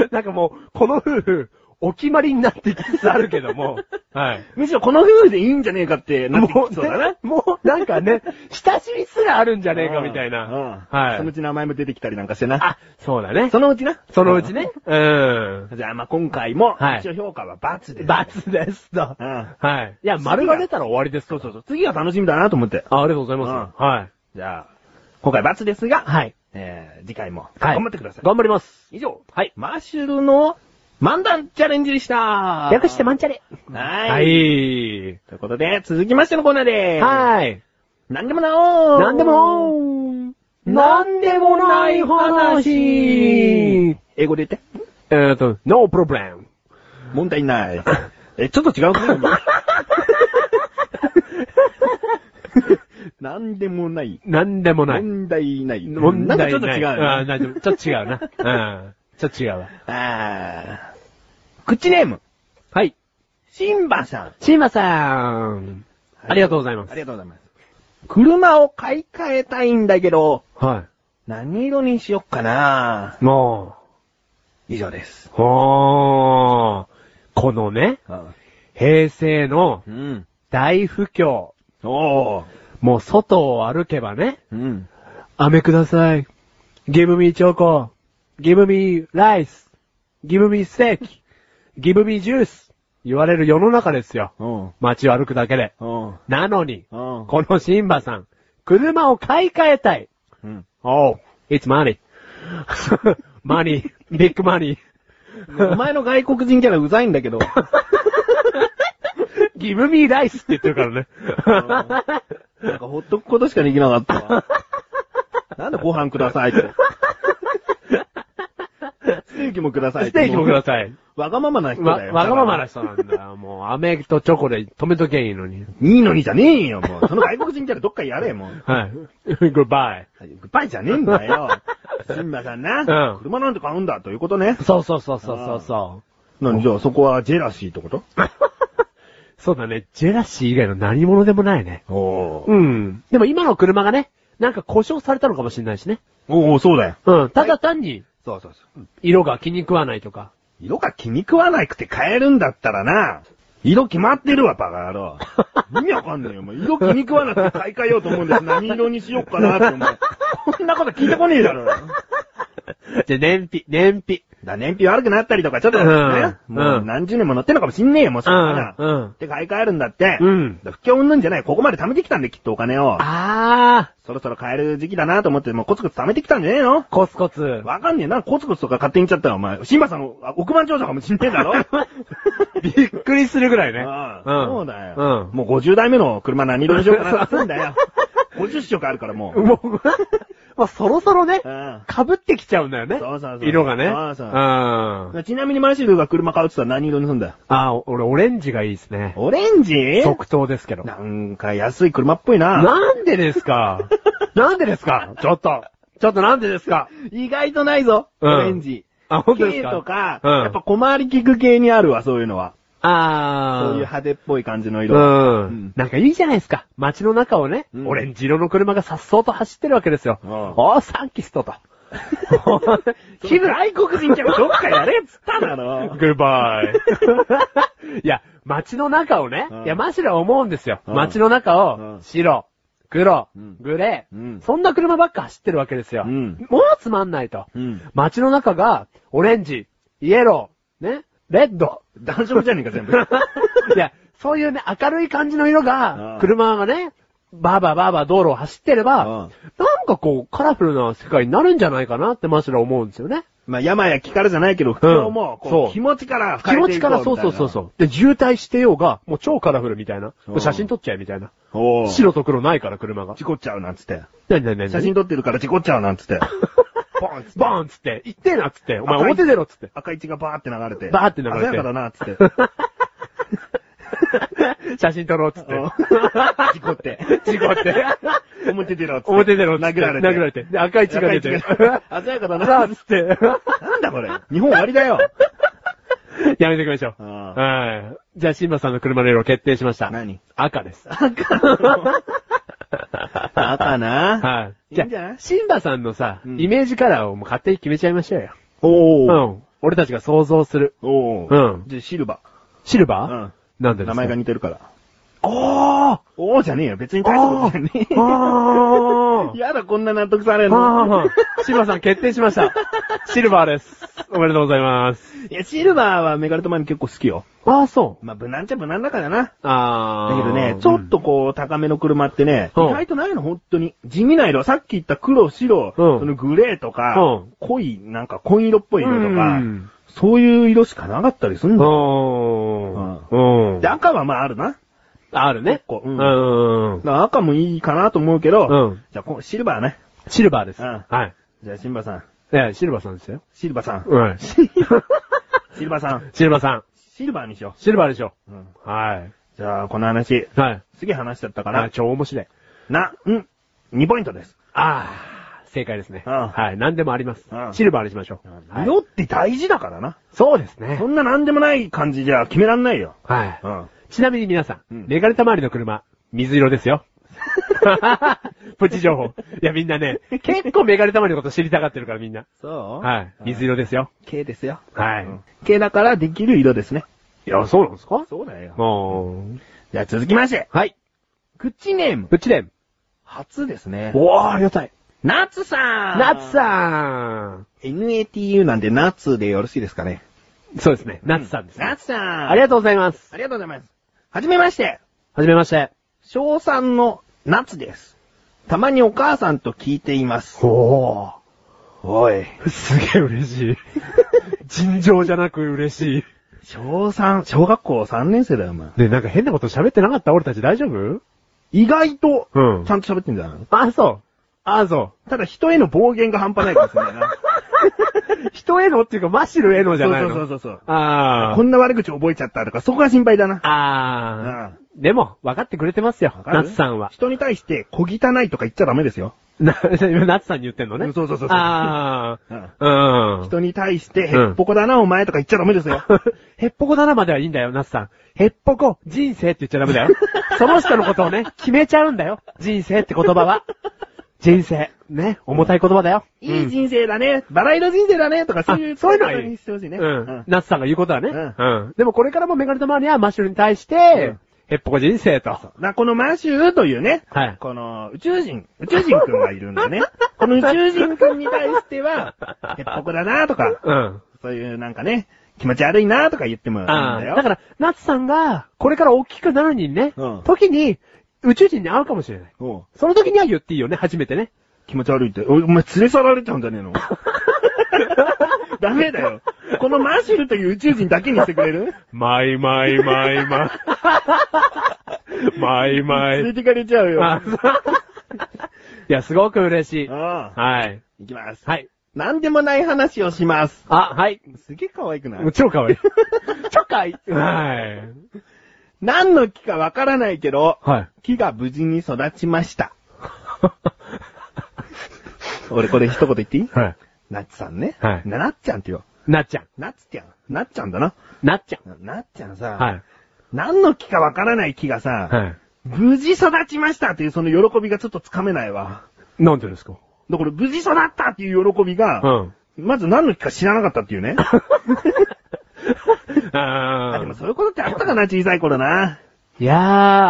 B: なんかもう、この夫婦、お決まりになってきつつあるけども、 (laughs) はい。
A: むしろこの夫婦でいいんじゃねえかってなってきそうだな
B: ね。もうなんかね、親しみすらあるんじゃねえかみたいな。
A: うん。
B: は
A: そのう
B: い。
A: ち名前も出てきたりなんかしてな。
B: あ、そうだね。
A: そのうちな。
B: そのうちね。うん。
A: じゃあまあ今回も、
B: はい
A: 一応評価は罰で。。
B: 罰ですと。
A: うん。
B: はい。いや、丸が出たら終わりです
A: そ
B: と。
A: うそうそう。次が楽しみだなと思って。
B: あ、ありがとうございます。はい。
A: じゃあ、今回罰ですが、
B: はい。
A: えー、次回も、
B: はい
A: 頑張ってください。
B: 頑張ります。
A: 以上、
B: はい。
A: マッシュルの漫談チャレンジでした。
B: 略してマンチャレ。
A: はい。
B: はい。
A: ということで、続きましてのコーナーでーす。
B: はい。
A: なんでもなおー
B: なんでも、
A: なんでもない話英語で言って。
B: えーと、no problem.
A: 問題
B: (laughs)
A: ない。え、ちょっと違うかな今 (laughs) なんでもない。
B: なんでもない。
A: 問題ない。
B: 問題ない。
A: なんかちょっと違う
B: あー
A: よね。
B: 大丈夫。ちょっと違
A: (laughs)
B: うな。うん。ちょっと違うわ。
A: あー。口ネーム、
B: はい。
A: シンバさん。
B: シーマさん。ありがとうございます
A: ありがとうございます。車を買い替えたいんだけど、
B: は。
A: 何色にしよっかない
B: も
A: 以上です。
B: う、ほー。このね、平成の
A: うん。
B: 大不況。
A: おー。
B: もう外を歩けばね、
A: うん。
B: 雨ください。give me チョコ。give me rice. give me steak. give me juice. 言われる世の中ですよ。
A: うん。
B: 街を歩くだけで。
A: うん。
B: なのに、
A: うん。
B: このシンバさん、車を買い替えたい。
A: うん。
B: Oh, it's money. (laughs) money, big money.
A: お前の外国人キャラうざいん
B: (laughs)
A: だけど。
B: give me rice って言ってるからね。
A: なんかほっとくことしかできなかったわ。なんでご飯くださいって。ステーキもください
B: ステーキもくだ
A: い。
B: さい。
A: わがままな人
B: わ、
A: だよ。
B: わがままな
A: だ
B: 人なんだよ。もう、飴とチョコで止めとけばいいのに。
A: いいのにじゃねえよ、もう。その外国人キャラどっかやれ、もう。
B: はい。goodbye.
A: グッバイじゃねえんだよ。シンバさんな、
B: うん
A: 車なんて買うんだということね。
B: そうそうそうそうそうそう。
A: 何じゃあそこはジェラシーってこと
B: そうだね。ジェラシー以外の何者でもないね。
A: おー。
B: うん。でも今の車がね、なんか故障されたのかもしれないしね。
A: おー、そうだよ。
B: うん。ただ単に、
A: そうそうそう。
B: 色が気に食わないとか。
A: 色が気に食わなくて買えるんだったらな、色決まってるわ、バカ野郎。意味わかんないよ、お前。色気に食わなくて買い替えようと思うんです。何色にしよっかなって、お前。こんなこと聞いてこねえだろ。
B: じゃ、燃費、燃費。
A: だ、燃費悪くなったりとか、ちょっとね、
B: うん
A: もう何十年も乗ってんのかもしんねえよ、もうそっから。
B: うんうん
A: で、買い替えるんだって。
B: うん
A: だ不況うんぬんじゃない。ここまで貯めてきたんで、きっとお金を。
B: あ
A: そろそろ買える時期だなと思って、もうコツコツ貯めてきたんじゃねえの
B: ー、コツコツ。
A: わかんねえな、コツコツとか勝手に言っちゃったら、お前。シンバさんのあ億万長者かもしんねえだろ
B: びっくりするぐらいね。
A: あ
B: う
A: あ
B: ん。
A: そうだよ。もう50代目の車
B: (laughs)
A: 何色にしようかなってんだよ。50色あるからも
B: うん。
A: う。
B: もう、まあ、そろそろね
A: う、ん
B: 被ってきちゃうんだよね。
A: そうそうそう
B: 色がね。。
A: そうそうんちなみにマーシルが車買うって言ったら何色にすんだよ。
B: あー、俺、オレンジがいいですね。
A: オレンジ
B: 即答ですけど。
A: なんか安い車っぽいな。
B: なんでで
A: (laughs)
B: すかなんでですかちょっと。ちょっとなんでですか
A: 意外とないぞ、
B: うん
A: オレンジ。
B: あ、本当ですか
A: K とか、
B: うん
A: やっぱ小回り利く系にあるわ、そういうのは。
B: あ
A: そ
B: ー。
A: ういう派手っぽい感じの
B: う
A: 色。
B: ん、
A: うん
B: なんかいいじゃないですか。街の中をね、
A: うん
B: オレンジ色の車が颯爽と走ってるわけですよ。
A: うん
B: おー、サンキ
A: (laughs)
B: ストと。気分愛国人じゃん、どっかやれっつった
A: そう
B: の
A: なの
B: グッ
A: (laughs)
B: バイ。いや、街の中をね、
A: うん
B: いや、マシラは思うんですよ。
A: うん
B: 街の中
A: う
B: を
A: ん、
B: 白、黒
A: うん、
B: グレー、
A: うん
B: そんな車ばっか走ってるわけですよ。
A: うん
B: もうつまんないと。
A: うん
B: 街の中が、オレンジ、イエロー、ね、レッド。
A: 男色じゃねえか、全
B: (laughs)
A: 部。
B: いや、そういうね、明るい感じの色
A: う
B: が
A: ん、
B: 車がね、バーバーバーバー道路を走ってれば、
A: うん
B: なんかこう、カラフルな世界になるんじゃないかなってマシラ思うんですよね。
A: まあ、山や木からじゃないけど、服装も、
B: そ
A: こ
B: う
A: う、気持ちから
B: 気
A: 変え
B: 持
A: てい
B: ち
A: こ
B: か
A: うみたいな。
B: ら、そうそうそうそう。で、渋滞してようが、もう超カラフルみたいな。
A: うん
B: 写真撮っちゃえみたいな。
A: う。おー
B: 白と黒ないから、車が。
A: 事故っちゃうなんつって。
B: なになになに
A: 写真撮ってるから事故っちゃうなん
B: (laughs)
A: つって。ポンっつって
B: バーンっつって、行ってえなっつって、お前
A: 赤い
B: 表出ろっつって。 (laughs)
A: 赤い血がバーって流れて。
B: バーって流れて
A: 鮮やかだなっつって。事
B: 写真撮ろうっつって。 (laughs)
A: 故って。
B: 事故って。
A: 表出ろっつって。
B: 表出ろっつって。
A: 殴られて。
B: 殴られて。で、赤い血が出て。
A: 赤い血が鮮やかだな
B: さ (laughs) あ、つって。
A: なんだこれ。日本終わりだよ。
B: (laughs) やめておきましょう。
A: ああ
B: はい。じゃあ、シンバさんの車の色を決定しました。
A: 何 (laughs)
B: 赤です。
A: 赤な。
B: はい。じ
A: いいんじゃな
B: ゃあ、
A: い
B: シンバさんのさ、
A: うん
B: イメージカラーをもう勝手に決めちゃいましょうよ。
A: お
B: う
A: ー。
B: ん。俺たちが想像する。
A: お
B: う
A: ー。
B: ん
A: じゃあシルバ
B: シル
A: ー。
B: バーなんでですか
A: 名前が似てるから。
B: おー
A: おーじゃねえよ。別に大したことじゃねえ。
B: あー
A: やだ、こんな納得されんの。
B: あーシンバさん決定し
A: (laughs)
B: ました。シルバーです。おめでとうございます。
A: いや、シルバーはメガネとマン結構好きよ。
B: ああ、そう。
A: まあ、無難っちゃ無難だからな。
B: あ
A: だけどね、ちょっとこう、高めの車ってね、意
B: うん
A: 外とないの、本当に。地味な色。さっき言った黒、白、
B: うん
A: そのグレーとか、
B: うん
A: 濃い、なんか紺色っぽい色とか、
B: うん
A: そういう色しかなかったりするんだよ。
B: うん。うん
A: で、。赤はまああるな。
B: あるね
A: 結。構。
B: う
A: うんん。
B: う
A: だか
B: んうん。
A: ら赤もいいかなと思うけど、
B: うん
A: じゃあこう、シルバーね。
B: シルバーです。
A: うん
B: はい。
A: じゃあ、シンバさん。
B: いや、シルバーさんですよ。
A: シルバさん。
B: う
A: (laughs)
B: ん。
A: シルバさん。
B: シルバーさん。
A: シルバーにしよ
B: シルバーでしょ。
A: う。うん、
B: はい。
A: じゃあ、この話、
B: はい。
A: すげえ話だったか
B: あ
A: ら、
B: 超面白い。
A: な、うん、2ポイントです。
B: ああ、正解ですね。
A: うん
B: はい。何でもあります
A: う。ん
B: シルバーにしましょう。はい
A: 色って大事だからな。
B: そうですね
A: そ。んななんでもない感じじゃ決めらんないよ。
B: はい。
A: うん。
B: ちなみに皆さん、
A: うん
B: メガネたまわりの車、水色で
A: (laughs)
B: すよ。プチ情報。いやみんな
A: (laughs)
B: ね、結構メガネたまわりのこと知りたがってるからみんな。
A: そう
B: はい。水。色ですよ。
A: 系ですよ。
B: はい。
A: 系だからできる色ですね。
B: いや、そうなんですか
A: そうだよ。
B: もう、
A: じゃあ続きまして。
B: はい。
A: 口ネーム。
B: プチレン。
A: 初ですね。
B: おー、屋台。
A: ナツさん
B: ナツさん
A: !NATU なんでナツでよろしいですかね。
B: そうですね。ナツさんです、ね
A: ナツさん
B: ありがとうございます。
A: ありがとうございます。はじめまして。
B: はじめまして。
A: 小3のナツです。たまにお母さんと聞いています。
B: おー。
A: おい。
B: すげえ
A: (laughs)
B: 嬉しい。尋常じゃなく嬉しい。
A: 小3、小学校3年生だよ、お前。
B: ねなんか変なこと喋ってなかった俺たち大丈夫
A: 意外と、
B: うん
A: ちゃんと喋ってんじゃないの
B: あ、そう。あ、そ
A: ただ人への暴言が半端ないかもしれない (laughs) な。
B: う。人へのっていうか、マシルへのじゃないの。
A: そうそうそうそう
B: あ
A: こんな悪口覚えちゃったとか、そこが心配だな
B: あ。。ああ。でも、分かってくれてますよ
A: わ。かる
B: ナツさんは。
A: 人に対して、小汚いとか言っちゃダメですよ。
B: な、今、ナツさんに言ってんのね。
A: うんそうそうそうそう
B: ああ。うん。
A: 人に対して、
B: うん
A: へっぽこだな、お前とか言っちゃダメですよ。
B: (laughs) へっぽこだなまではいいんだよ、ナスさん。へっぽこ、人生って言っちゃダメだよ。その人のことをね、決めちゃうんだよ。人生って言葉は。人生。ね、重たい言葉だよ。
A: いい人生だね、バラ色人生だね、とかそういう、
B: あそういうのはいい
A: ことにしてほしいね。
B: うん。ナスさんが言うことはね。
A: う
B: うん。でもこれからもメガネたまにはマッシュルに対して、へっぽこ人生と。
A: な、このマーシューというね、
B: はい
A: この宇宙人、宇宙人くんがいるんだね。この宇宙人くんに対して
B: (laughs)
A: は、へっぽこだなとか、
B: うん。
A: そういうなんかね、気持ち悪いなとか言ってもいいん
B: あ
A: だ
B: あ。
A: よ。
B: だから、ナツさんが、これから大きくなるにね
A: うん、
B: 時に、宇宙人に会うかもしれない。
A: おう
B: その時には言っていいよね、初めてね。
A: 気持ち悪いって。おいお前連れ去られちゃうんじゃね
B: (laughs)
A: えのダメだよ。このマーシュルという宇宙人だけにしてくれる
B: マイマイマイマイ。マイマ
A: 連れ。てかれちゃうよ。
B: あいや、すごく嬉しい。
A: ああ
B: はい。
A: いきます。
B: はい。
A: なんでもない話をします。
B: あ、はい。
A: すげえ可愛くない
B: 超かわいい。超かわいい。はい。
A: 何の木かわからないけど、
B: はい。
A: 木が無事に育ちました。俺これ一言言っていい
B: はい。
A: なっちさんね。
B: はい
A: ななっちゃんってよ。
B: なっちゃん。
A: なっちゃん。なっちゃんだな。
B: なっちゃ
A: なっちゃんさ、
B: ん。はい。
A: 何の木かわからない木がさ、
B: は
A: 無事育ちましたっていうその喜びがちょっとつかめないわ。
B: い。なんでですか
A: だから無事育ったっていう喜び
B: う
A: が、
B: ん。
A: まず何の木か知らなかったっていうね。あで
B: あ
A: もそういうことってあったかな、小さい頃な。
B: いやー、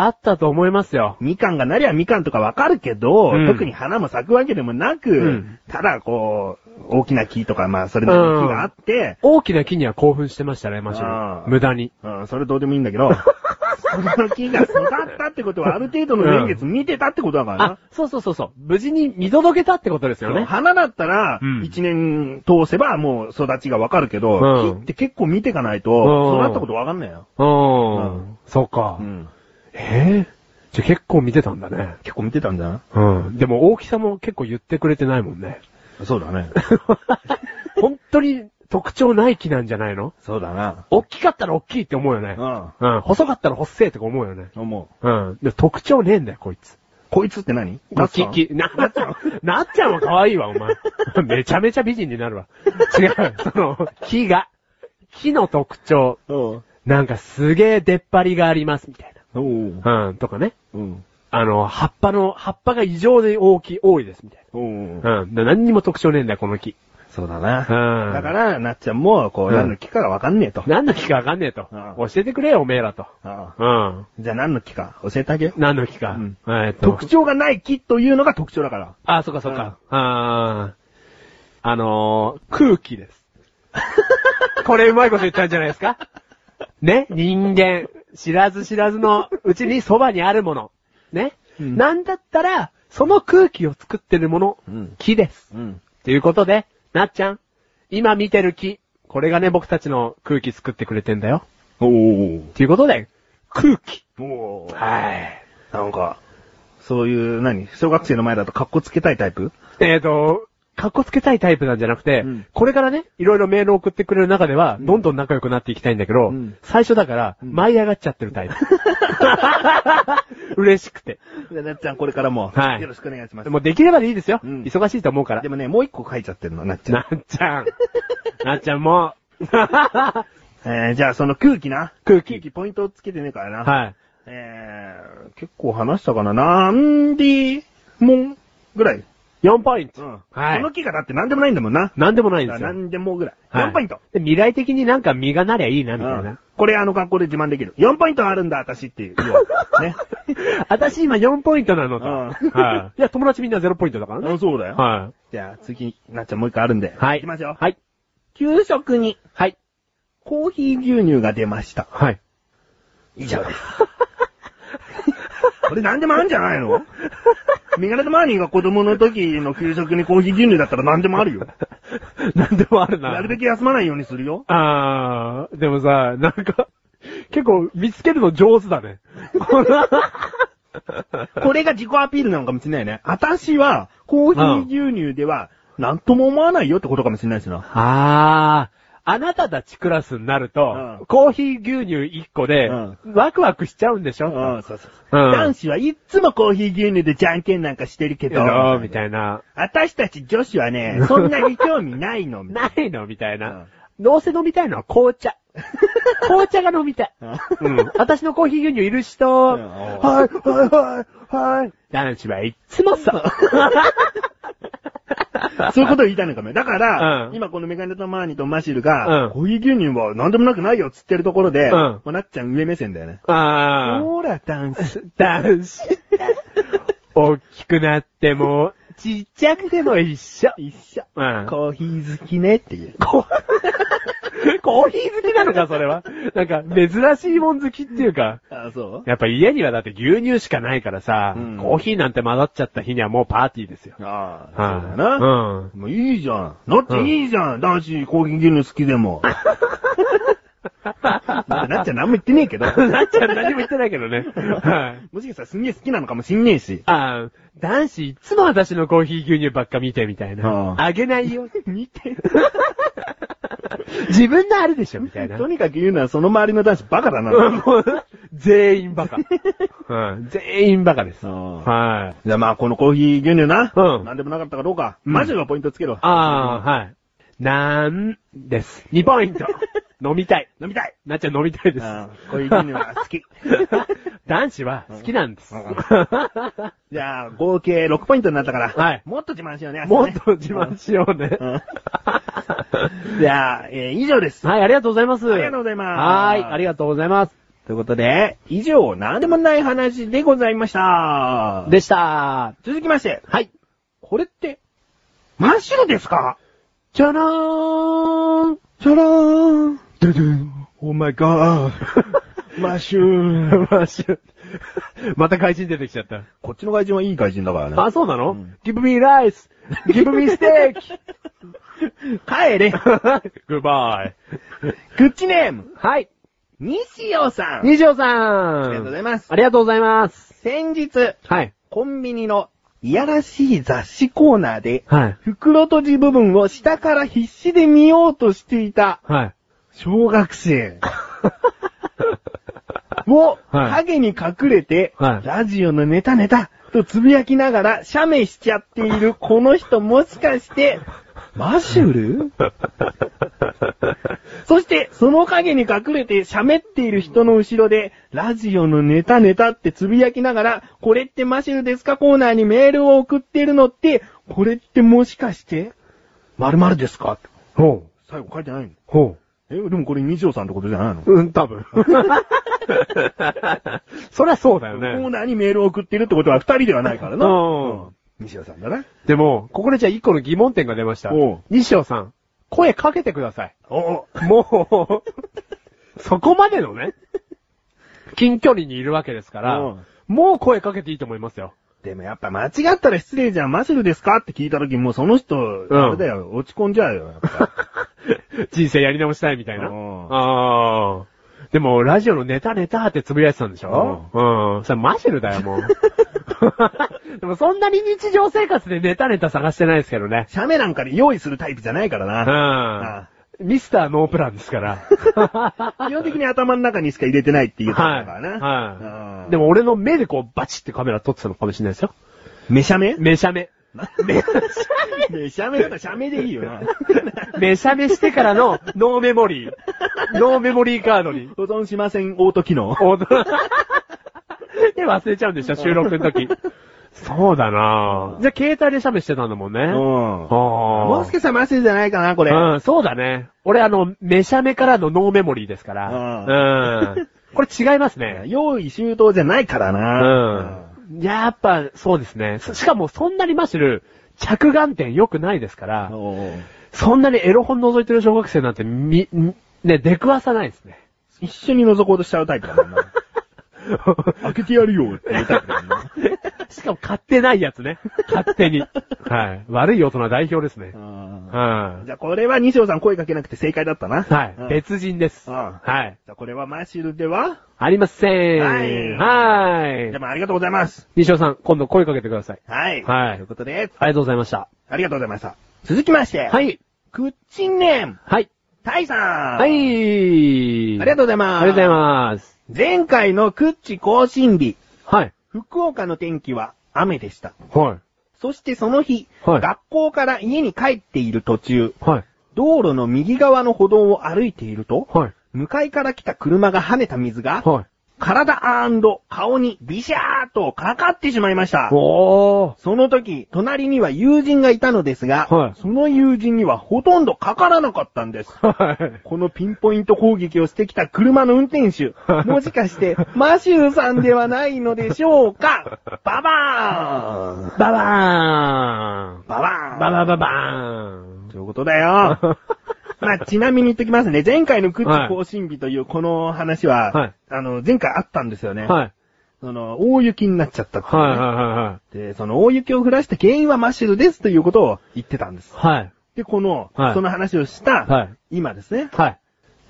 B: あったと思いますよ。
A: みかんがなりゃみかんとかわかるけど、
B: うん
A: 特に花も咲くわけでもなく、
B: うん
A: ただこう、大きな木とか、まあそれなりの木があって、
B: 大きな木には興奮してましたね、マジで
A: あ。ー
B: 無駄に。
A: うん、それどうでもいいんだけ
B: (laughs)
A: ど、その木が育ったってことはある程度の年月見てたってことだから
B: あ
A: な、。
B: そうそうそうそう。無事に見届けたってことですよね。
A: 花だったら
B: う、ん
A: 一年通せばもう育ちがわかるけど、
B: うん
A: 木って結構見てかない
B: うん
A: と、育ったことわかんないよ。
B: うー
A: うん
B: ん。そうか
A: う。ん。
B: ええじゃあ結構見てたんだね。
A: 結構見てたんじゃな
B: うん。でも大きさも結構言ってくれてないもんね。 (laughs)
A: いそうだね。
B: 本当に特徴ない木なんじゃないの
A: そうだな。
B: 大きかったら大きいって思うよね。
A: う
B: うん。細かったら細いって思うよね。
A: ん。思う。
B: うん。でも特徴ねえんだよ、こいつ。
A: こいつって何
B: なっちゃん。なっちゃん。なっちゃんは可愛いわ、お (laughs) 前。めちゃめちゃ美人になるわ。違う。その、木が。木の特徴。
A: うん。
B: なんかすげえ出っ張りがあります、みたい
A: おう。
B: な。うん。とかね。
A: うん。
B: あの、葉っぱの、葉っぱが異常に大きい、多いです、みたい
A: おう。
B: な。うん。だから何にも特徴ねえんだよ、この木。
A: そうだ
B: う
A: な。
B: ん。
A: だか、ら、なっちゃんも、こ
B: う
A: う、
B: ん
A: 何の木かがわかんねえと。
B: 何の木かわかんねえと。
A: う
B: 教えてくれよ、おめえらと。
A: ああ
B: うん。
A: じゃあ何の木か教えてあげよう。
B: 何の木か。
A: うん
B: えーっと。
A: 特徴がない木というのが特徴だから。
B: あ、そっかそっか。あー。あのー、空気 (laughs) です。これうまいこと言ったんじゃないですかね人間。知らず知らずのうちにそばにあるもの。ね、
A: うん
B: なんだったら、その空気を作ってるもの、
A: うん
B: 木です。
A: うん。
B: ということで、なっちゃん、今見てる木、これがね、僕たちの空気作ってくれてんだよ。
A: おう。
B: ということで、空気。
A: おう。
B: はい。
A: なんか、そういう、何小学生の前だと格好つけたいタイプ
B: (laughs) えっ、と、かっこつけたいタイプなんじゃなくて、
A: うん
B: これからね、いろいろメールを送ってくれる中では、
A: ん
B: どんどん仲良くなっていきたいんだけど、
A: うん
B: 最初だから、
A: ん
B: 舞い上がっちゃって
A: (laughs)
B: るタイプ。嬉しくて。
A: じゃあなっちゃんこれからも、
B: はい
A: よろしくお願いします。
B: もうできればでいいですよ。
A: うん
B: 忙しいと思うから
A: で。もね、もう一個書いちゃってるの、なっちゃ。
B: なんっ
A: (laughs)
B: ちゃん。なっちゃんもう。
A: えー、じゃあその空気な。
B: 空
A: 空
B: 気。
A: 気ポイントをつけてねえからな。
B: はい。
A: えー、結構話したかな。なんで、もん、ぐらい。
B: 4ポイント。は
A: こ
B: い
A: の。木がだって何でもないんだもんな。
B: なんでもないんですよ。
A: 何でもぐらい。
B: はい
A: 4ポイント。
B: で未来的になんか身がなりゃいいな、みたいな。
A: これあの学校で自慢できる。4ポイントあるんだ、私っていう。ね。
B: (laughs) 私今4ポイントなのと。
A: うん
B: はい。いや、友達みんな0ポイントだからね。
A: あそうだよ。
B: は
A: じゃあ次、なっちゃんもう一個あるんで。
B: い。はい。
A: 行きますよ。
B: はい。
A: 給食に
B: はい。
A: コーヒー牛乳が出ました。
B: はい。 (laughs)
A: 以上です。これ何でもあるんじゃない
B: (laughs)
A: のメガネとマーニーが子供の時の給食にコーヒー牛乳だったら何でもあるよ。
B: なんでもあるな。
A: なるべく休まないようにするよ。
B: あー、でもさ、なんか、結構見つけるの上手だね。 (laughs)
A: これが自己アピールなのかもしれないね。私は、コーヒー牛乳では、なんとも思わないよってことかもしれないしな。
B: あー。あなたたちクラスになると、
A: うん
B: コーヒー牛乳1個で、
A: うん
B: ワクワクしちゃうんでしょ、
A: うん、そうそうそう。
B: うん
A: 男子はいっつもコーヒー牛乳でじゃんけんなんかしてるけど、
B: どうみたいな。
A: 私たち女子はね、
B: (laughs)
A: そんなに興味ないの。みたい
B: ないのみたいな。どうせ飲みたいのは紅
A: (laughs)
B: 茶。紅茶が飲みたい。
A: な
B: うん。私のコーヒー牛乳いる人、
A: ん
B: はい、はい、はい、はい。男子はいっつ
A: (laughs)
B: もそう。
A: そういうことを言いたいのかも。だから、
B: うん
A: 今このメガネとマーニとマシルが、
B: うん
A: コーヒー牛乳は何でもなくないよっつってるところで、
B: うん
A: もうなっちゃん上目線だよね。
B: あー。
A: ほら、男子。
B: 男子。大きくなっても、ちっちゃくても一緒。
A: 一緒。
B: うん。
A: コーヒー好きねっていう。
B: こ (laughs) コーヒー好きなのか、それは。なんか、珍しいもん好きっていうか。
A: あ、そう
B: やっぱ家にはだって牛乳しかないからさ、
A: うん
B: コーヒーなんて混ざっちゃった日にはもうパーティーですよ。
A: ああ、
B: はい
A: そうだな。
B: うん。
A: もういいじゃん。だっていいじゃん。男子コーヒー牛乳好きで
B: (laughs)
A: も。だってなっちゃん何も言ってねえ
B: (laughs)
A: けど。
B: なっちゃん何も言ってないけど
A: (laughs)
B: ね。はい。
A: もしかしたらすんげえ好きなのかもしんねえし。
B: あー男子いつも私のコーヒー牛乳ばっか見てみたい
A: あ
B: な。
A: あ
B: あげないよ。見て。 (laughs) 自分のあるでしょ、みたいな。
A: とにかく言うのはその周りの男子バカだな。
B: うんもう全員バカ。うん全員バカです。
A: うん
B: はい。
A: じゃあまあこのコーヒー牛乳な。
B: うん
A: 何でもなかったかどうか。
B: うん
A: マジがポイントつけろ。
B: ああ、はい。なんです。2ポイント。飲みたい。飲みたい。なっちゃん飲みたいです。
A: あーこういうのは好き。
B: (laughs) 男子は好きなんです。
A: うんじゃあ、合計6ポイントになったから。(laughs)
B: (laughs) はい
A: もっと自慢しようね。
B: もっと自慢しようね。
A: うん
B: (laughs)
A: じゃあ、えー以上です。
B: はい、ありがとうございます。
A: ありがとうございます
B: はーい、ありがとうございます。
A: ということで、以上、なんでもない話でございました。
B: でした
A: 続きまして、
B: はい。
A: これって、真っ白ですか
B: じゃらーん
A: シャラーン。
B: ドゥドゥン
A: オーマイガ
B: (laughs)
A: ー。マッシュー。
B: マッシュ。また怪人出てきちゃった。
A: こっちの外人はいい外人だからね。
B: あ、そうなの、
A: うん
B: ?Give me rice!Give me steak!
A: (laughs) 帰れ。
B: Goodbye!
A: グッチネーム、
B: はい。
A: 西尾さん。
B: 二条さん
A: ありがとうございます
B: ありがとうございます。
A: 先日、
B: はい。
A: コンビニのいやらしい雑誌コーナーで、
B: はい。
A: 袋閉じ部分を下から必死で見ようとしていた
B: はい。
A: 小学生 (laughs) を
B: はい
A: 影に隠れて、
B: はい
A: ラジオのネタネタとつぶやきながら写メしちゃっているこの人もしかして、
B: (laughs)
A: マシュルそして、その影に隠れて喋っている人の後ろで、ラジオのネタネタってつぶやきながら、これってマシュルですかコーナーにメールを送っているのって、これってもしかして、〇〇ですかって
B: (laughs) ほう。
A: 最後書いてないの
B: ほ
A: え、でもこれ二条さんってことじゃないの
B: う。うん、多分。 (laughs) そりゃそうだよ
A: コー
B: ね。
A: ナーにメールを送ってるってことは二人ではないからな。
B: うん
A: 西尾さんだな。
B: でも、ここでじゃあ一個の疑問点が出ました
A: おう。
B: 西尾さん、声かけてください。
A: お
B: もう、 (laughs) そこまでのね、近距離にいるわけですから、
A: うん
B: もう声かけていいと思いますよ。
A: でもやっぱ間違ったら失礼じゃん。マシュルですかって聞いた時もうその人、
B: ん
A: あれだよ、落ち込んじゃうよ。やっぱ
B: (laughs) 人生やり直したいみたいな。
A: うん
B: あーでも、ラジオのネタネタってつぶやいてたんでしょうん。それマシルだよ、
A: (laughs)
B: もう。でも、そんなに日常生活でネタネタ探してないですけどね。
A: シャメなんかで用意するタイプじゃないから
B: う
A: な。あ
B: ん。ミスターノープランで
A: (laughs)
B: すから。
A: 基本的に頭の中にしか入れてないっていうタイプだからな。
B: はい。
A: うん
B: でも、俺の目でこう、バチってカメラ撮ってたのかもしれないです
A: (laughs)
B: よ。
A: めしゃめ
B: めしゃめ。
A: めしゃめめしゃめだったらシャメでいいよ
B: (laughs)
A: な。
B: めしゃめしてからのノーメモリー。ノーメモリーカードに。
A: 保存しません、オート機能。
B: おど (laughs) で、忘れちゃうんでしょ、収録の時。そうだなぁ。じゃあ、携帯で喋してたんだもんね。
A: うん。
B: ああ。
A: もしかしたらマシュルじゃないかな、これ。
B: うん、そうだね。俺、あの、めしゃめからのノーメモリーですから。うん。これ違いますね。
A: 用意周到じゃないから
B: う
A: な。
B: ん。やっぱ、そうですね。そしかも、そんなにマシュル、着眼点良くないですから、
A: おう
B: そんなにエロ本覗いてる小学生なんて、み、んね、出くわさないですね。
A: 一緒に覗こうとしちゃうタイプだもん
B: (laughs)
A: な。開けてやるよって言うタイプだもんな。
B: (laughs) しかも買ってないや
A: (laughs)
B: つね。勝手に。はい。悪い大人代表ですね。
A: うん
B: はい。
A: じゃあこれは西尾さん声かけなくて正解だったな。
B: はい
A: うん。
B: 別人です。
A: うん
B: はい。
A: じゃあこれはマシュルでは
B: ありません。
A: はい
B: はい
A: で。もありがとうございます。
B: 西尾さん、今度声かけてください。
A: はい。
B: はい
A: ということで、
B: ありがとうございました。
A: ありがとうございました。続きまして。。
B: はいい。
A: クッチンネーム、
B: はい。
A: タイさん。はい
B: は。あ
A: あ
B: り
A: りがとうございます。
B: ありがとうございます。
A: 前回のクッチ更新日、
B: はい。
A: 福岡の天気は雨でした。
B: はい。
A: そしてその日、
B: はい
A: 学校から家に帰っている途中、
B: はい。
A: 道路の右側の歩道を歩いていると、
B: はい。
A: 向かいから来た車が跳ねた水が、
B: はい。
A: 体顔にビシャーっとかかってしまいました。
B: おー。
A: その時、隣には友人がいたのですが、
B: はい
A: その友人にはほとんどかからなかったんです。
B: はい。
A: このピンポイント攻撃をしてきた車の運転手、もしかして、マシューさんではないのでしょうかババーン
B: ババーン。
A: ババーン
B: ババババーン。
A: ということだ
B: (laughs)
A: よ。まあ、ちなみに言っときますね。前回のクッチ更新日というこの話は、
B: はい
A: あの、前回あったんですよね。
B: はい。
A: その、大雪になっちゃったっていうね、
B: はいは
A: で、その大雪を降らした原因はマシュルですということを言ってたんです
B: い。はい。はい。
A: で、この、
B: はい
A: その話をした、
B: はい
A: 今ですね。
B: はい。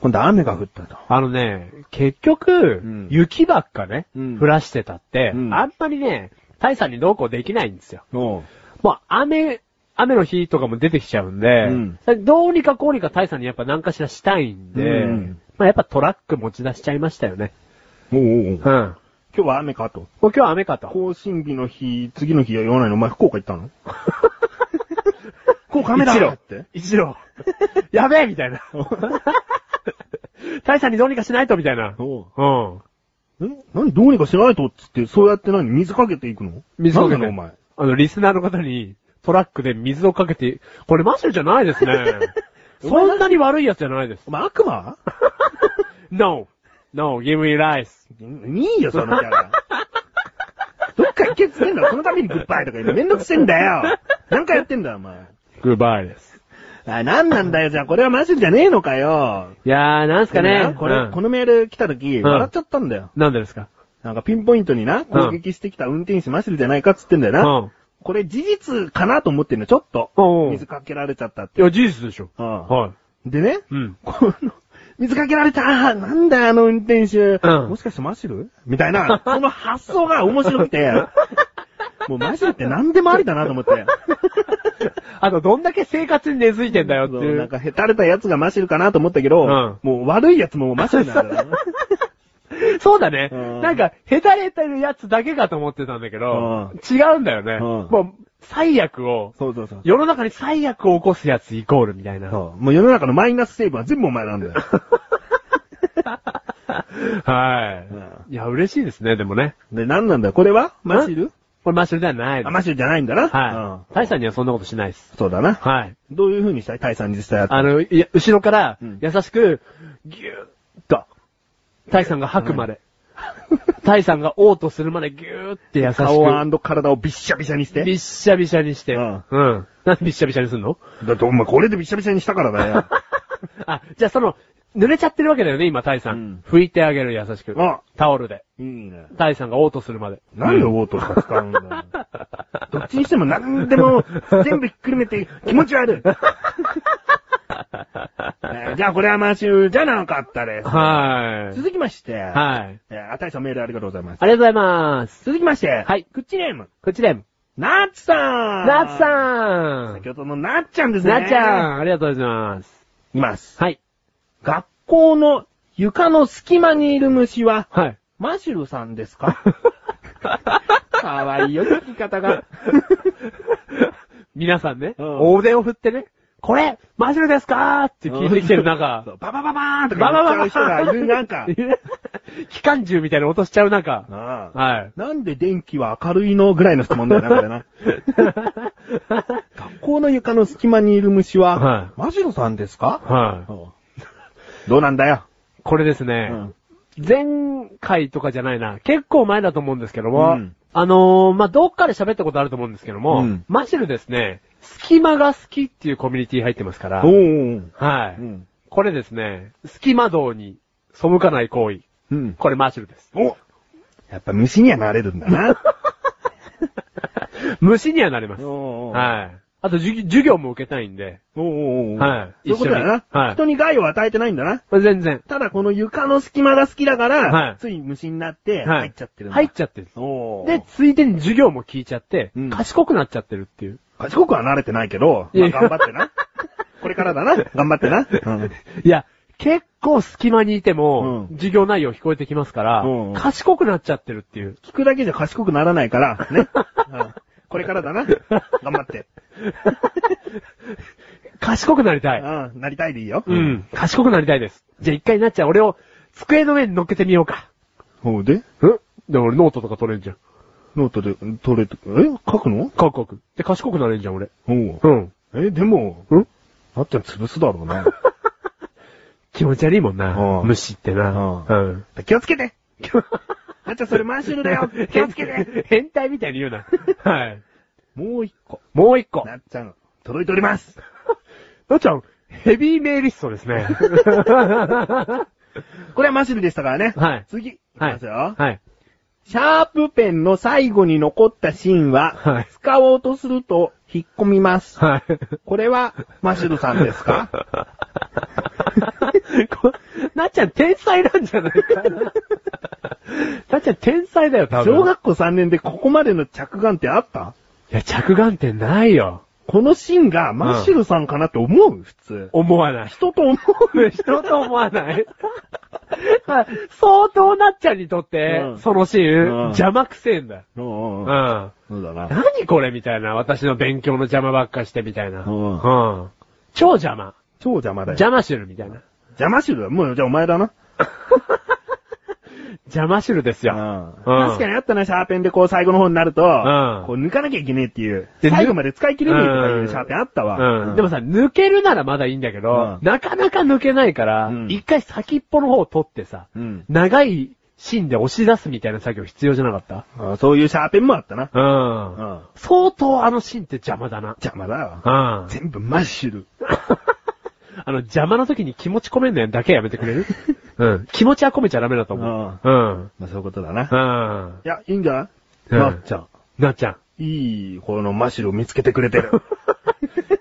A: 今度雨が降ったと。
B: あのね、結局、
A: ん
B: 雪ばっかね、
A: うん
B: 降らしてたって、
A: うん
B: あんまりね、大差にどうこうできないんですよ。
A: おう
B: もう雨、雨の日とかも出てきちゃうんで、
A: ん
B: どうにかこうにか大差にやっぱ何かしらしたいんで、
A: うん
B: まあやっぱトラック持ち出しちゃいましたよね。
A: おうおうおう
B: うん。もう
A: 今日は雨かと。
B: 今日は雨かと。 (laughs)
A: 更新日の日、次の日は言わないのお前福岡行ったのこうカメラ
B: 一郎
A: って。
B: 一郎。 (laughs) やべえみ
A: (laughs)
B: たいな。大佐にどうにかしないとみたいな。
A: おう
B: うん。
A: え何どうにかしないとっつって、そうやって何水かけていくの
B: 水かけて
A: なんなのお前。
B: あの、リスナーの方に、トラックで水をかけて、これマシュルじゃないですね。 (laughs) そんなに悪いやつじゃないです。
A: お前悪魔
B: No! No, give me rice.
A: いいよ、そのキャラ。 (laughs) どっか行けっつってんだろそのためにグッバイとか言うのめんどくせえんだよ。なんかやってんだよ、お前。
B: Goodbye です。
A: あ、なんなんだよ、じゃあ、これはマジじゃねえのかよ。
B: いやー、なんすか
A: でも
B: ね
A: な。これ、
B: うん
A: このメール来た時、
B: ん
A: 笑っちゃったんだよ。
B: なんでですか
A: なんかピンポイントにな、攻撃してきた運転手マシルじゃないかっつってんだよ
B: う
A: な。
B: ん。
A: これ事実かなと思ってんの、ちょっと。
B: おうおう
A: 水かけられちゃったって。
B: いや、事実でしょ。
A: うん
B: はい。
A: でね、
B: うん。 (laughs)
A: この、水かけられたなんだよあの運転手、
B: うん
A: もしかしてマシルみたいな、この発想が面白く
B: (laughs)
A: て、もうマシルって何でもありだなと思って。
B: あと、どんだけ生活に根付いてんだよって
A: そう
B: い
A: なん
B: う。
A: か、へたれたやつがマシルかなと思ったけど、
B: うん
A: もう悪いやつもマシルなん
B: (laughs)
A: だよな。
B: そうだね。
A: うん
B: なんか、へたれてるやつだけかと思ってたんだけど、違うんだよね。
A: うん
B: もう、最悪を、
A: そうそうそう。
B: 世の中に最悪を起こすやつイコールみたいな。
A: そう。もう世の中のマイナス成分は全部お前なん
B: (laughs)
A: だよ。
B: は
A: う
B: い。いや、嬉しいですね、でもね。
A: で、何なんだよこれはマシル
B: これマッシュルではないで
A: あ、
B: す。
A: マシルじゃないんだな。
B: はい。大さんにはそんなことしないです
A: うん。。そうだな。
B: はい。
A: どういう風にしたいタイさんにしたやつ。
B: あの、いや、後ろから
A: うん、
B: 優しく、ぎゅーっと、大さんが吐くまで。大さんが嘔吐するまでぎゅーって優し
A: 顔
B: く、
A: 体をびっしゃびしゃにして。
B: びっしゃびしゃにして。
A: う
B: うんん。なんでびっしゃびしゃにす (laughs) んの
A: だってお前これでびっしゃびしゃにしたからだ
B: (laughs)
A: よ。
B: あ、じゃあその、濡れちゃってるわけだよね、今、大さん。拭いてあげる、優しく
A: あ。
B: タオルで。
A: いいね。
B: 大さんが嘔吐する (laughs) まで。
A: 何をオートか使うんだよ。
B: (laughs)
A: どっちにしても何でも全部ひっくるめて気持ち悪い。
B: (laughs)
A: ねじゃあこれはマシューじゃなかったです。
B: はい。
A: 続きまして。い。
B: はい。
A: えー、あたいさんメールありがとうございます。
B: ありがとうございます。。
A: 続きまして。はいクッチネーム、
B: こっちで、
A: なっちさん。
B: なっさ
A: ん。
B: ん
A: 先ほどのなっちゃんですね。
B: なっちゃんありがとうございます。
A: ん。います。
B: はい。
A: 学校の床の隙間にいる虫は、 (laughs)
B: はい。
A: マシュルさんです
B: (laughs)
A: かかわいいよ、聞き方が。
B: (laughs) 皆さんね、
A: うん
B: 大腕を振ってね、これ、マジルですかーって聞いてきてる中、
A: (laughs) そうババババーンとか
B: バ
A: 言
B: バ
A: っち
B: バ
A: ゃう人が
B: バ
A: いる中。
B: (laughs) 機関銃みたいな音しちゃう中、
A: なあ
B: はい。 (laughs)
A: なんで電気は明るいのぐらいの質問だよな、これな。 (laughs) 学校の床の隙間にいる虫は、
B: は
A: マジロさんですか、
B: はい。
A: そうどうなんだよ。
B: これです
A: う
B: ね、
A: ん
B: 前回とかじゃないな、結構前だと思うんですけども、
A: うん
B: あのー、まあ、どっかで喋ったことあると思うんですけども、
A: うん
B: マシルですね、隙間が好きっていうコミュニティ入ってますから、
A: お
B: はい、
A: うん。
B: これですね、隙間道に背かない行為。
A: うん。
B: これマシルです。
A: おやっぱ虫にはなれるんだ (laughs) な。
B: 虫にはなります。
A: おい。
B: はい。あと、授授業も受けたいんで。
A: おうおうおう
B: はい
A: そういうことだよ
B: 一緒に
A: な。
B: はい
A: 人に害を与えてないんだな。
B: 全然。
A: ただこの床の隙間が好きだから、
B: はい
A: つい虫になって
B: はい
A: 入っちゃってるんだ。
B: 入っちゃってる。
A: おう
B: で、ついでに授業も聞いちゃって、
A: うん
B: 賢くなっちゃってるっていう。
A: 賢くは慣れてないけど、
B: い
A: ま
B: や
A: あ、頑張ってな。これからだな。頑張ってな。うん
B: いや、結構隙間にいても、
A: うん
B: 授業内容聞こえてきますから、
A: うんうん
B: 賢くなっちゃってるっていう。
A: 聞くだけじゃ賢くならないから、 (laughs) ね。うんこれからだな。頑張って。
B: 賢くなりたい。
A: うん、なりたいでいいよ。
B: う。ん。賢くなりたいです。じゃあ一回なっちゃん、俺を机の上に乗っけてみようか。
A: ほうで、
B: んでも俺ノートとか取れんじゃん。
A: ノートで、取れて、え書くの
B: カクカク。で、賢くなれんじゃん、俺。
A: おう
B: うん。
A: え、でも、
B: うん
A: なっちゃん潰すだろうな。
B: 気持ち悪いもんな。
A: うん
B: 虫ってな。
A: う
B: うん。
A: (laughs) 気をつけてなっちゃんそれマッシュルだ (laughs) よ気をつけて
B: (laughs) 変態みたいに言うな。はい。
A: もう一個。
B: もう一
A: (laughs)
B: 個。
A: なっちゃん、届いております。
B: なっちゃん、ヘビーメイリストです
A: (laughs)
B: ね。
A: これはマッシュルでしたからね。
B: はい
A: 次、いき
B: は
A: ま
B: い
A: すよ。。
B: はい。
A: シャープペンの最後に残った芯は、
B: はい
A: 使おうとすると引っ込みます。
B: はい。
A: これは、マシルさんです (laughs) か
B: こ (laughs) なっちゃん天才なんじゃないか
A: (laughs)
B: な。なっちゃん天才だよ、多分。
A: 小学校3年でここまでの着眼点あった
B: いや、着眼点ないよ。
A: この芯がマシルさんかなって思う普通。
B: 思わない。
A: 人と思う
B: 人と思わない。 (laughs) 相当なっちゃんにとって、
A: うん
B: そのシーン、
A: うん
B: 邪魔くせえんだよ。
A: うんうん。
B: うん。
A: そうだな。
B: 何これみたいな。私の勉強の邪魔ばっかしてみたいな。
A: うん
B: うん超邪魔。
A: 超邪魔だよ。
B: 邪魔してるみたいな。
A: 邪魔しろよ。もう、じゃあお前だな。
B: 邪魔汁ですよ。うん
A: 確かにあったな、シャーペンでこう最後の方になると、
B: ん
A: こう抜かなきゃいけねえっていう、
B: で
A: 最後まで使い切れねえとかいうシャーペンあったわ。
B: うん。でも
A: さ、
B: さ、抜けるならまだいいんだけど、
A: うん
B: なかなか抜けないから、
A: うん
B: 一回先っぽの方を取ってさ、
A: うん
B: 長い芯で押し出すみたいな作業必要じゃなかっ
A: あそういうシャーペンもあったな。
B: たうん。
A: うん
B: 相当あの芯って邪魔だな。
A: 邪魔だよ。
B: うん。
A: 全部マッシュル。
B: (laughs) あの、邪魔な時に気持ち込めんのやだけやめてくれる (laughs) うん。気持ちは込めちゃダメだと思う。うん。
A: まあそういうことだな。
B: うん。
A: いや、いいんじゃ
B: う
A: なんいなっちゃん。
B: なっ (laughs) ちゃん。
A: いい、このマッシュルを見つけてくれてる。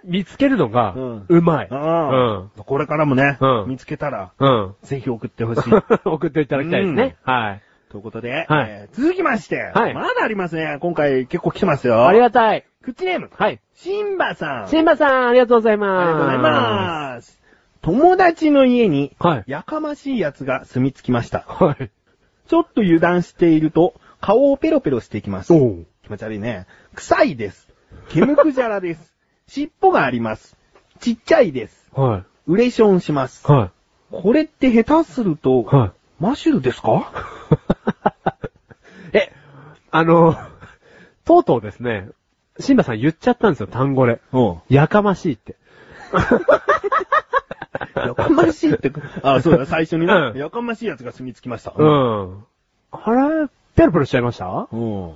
B: 見つけるのが
A: うん、
B: うまい。う
A: うん
B: ん。
A: これからもね
B: う、ん
A: 見つけたら、
B: うん。
A: ぜひ送ってほしい。
B: (laughs) 送っていただきたいですね。はい。
A: ということで、
B: はい
A: えー続きまして、
B: はい
A: まだありますね。今回結構来てますよ。
B: ありがたい。
A: クッチネーム、
B: はい。
A: シンバさん。
B: シンバさん、ありがとうござい
A: あ
B: ま
A: り
B: す。
A: がとうございます。友達の家に、
B: はい。
A: やかましい奴が住み着きました。
B: はい。
A: ちょっと油断していると、顔をペロペロしてきます。
B: う。
A: 気持ち悪いね。臭いです。煙くじゃらです。 (laughs) 尻尾があります。ちっちゃいです。
B: は
A: ウレションします
B: い。。は
A: これって下手すると、
B: い。 (laughs) は
A: マシュルですか
B: い。 (laughs) え、あの、とうとうですね、シンバさん言っちゃったんですよ、単語で。
A: うん。
B: やかましいって。
A: やかましいって、 (laughs) あ、
B: (laughs)
A: そうだ、最初にね、
B: うん
A: やかましい奴が住み着きました。
B: う。ん。あれ、ペロペロしちゃいました
A: うん。 (laughs)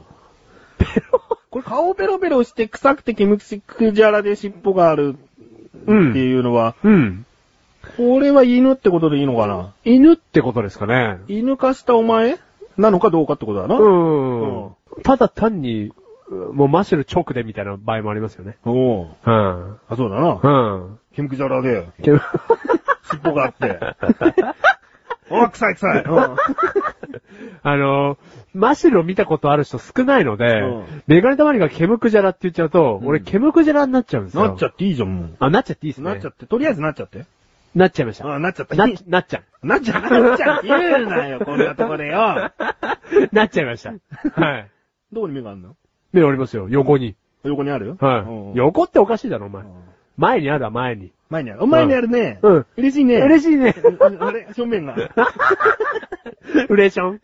A: これ顔ベロベロして臭くて毛むくじゃらで尻尾があるって
B: うん
A: いうのは、
B: うん。
A: これは犬ってことでいいのかな
B: 犬ってことですかね。
A: 犬化したお前なのかどうかってことだな。。
B: うんん。ただ単に、もうマッシュル直でみたいな場合もありますよね。
A: おう
B: うん。
A: あ、そうだな
B: う。ん。
A: 毛むくじゃらで、
B: けど
A: 尻尾があ
B: (laughs)
A: って。お臭い臭い。うん
B: あの、マッシュルを見たことある人少ないので、
A: うん
B: メガネたまりがケムクジャラって言っちゃうと、
A: うん
B: 俺ケムクジャラになっちゃうんですよ。
A: なっちゃっていいじゃん、もう。
B: あ、なっちゃっていいですね。
A: なっちゃって、とりあえずなっちゃって。
B: なっちゃいました。
A: あなっちゃった。
B: なっなっちゃう。
A: なっちゃ、なっちゃって言うなよ、こんなとこでよ。
B: なっちゃいました。
A: (laughs)
B: はい。
A: どこに目があるの
B: 目ありますよ、横に。
A: 横にある
B: は
A: うん
B: い。横っておかしいだろ、お前
A: う。ん
B: 前にあるわ、前に。
A: 前にある。お前にあるね。
B: うん
A: 嬉しいね。
B: 嬉
A: し
B: しい
A: (laughs)
B: ね。
A: あれ正面が。
B: うれしょん。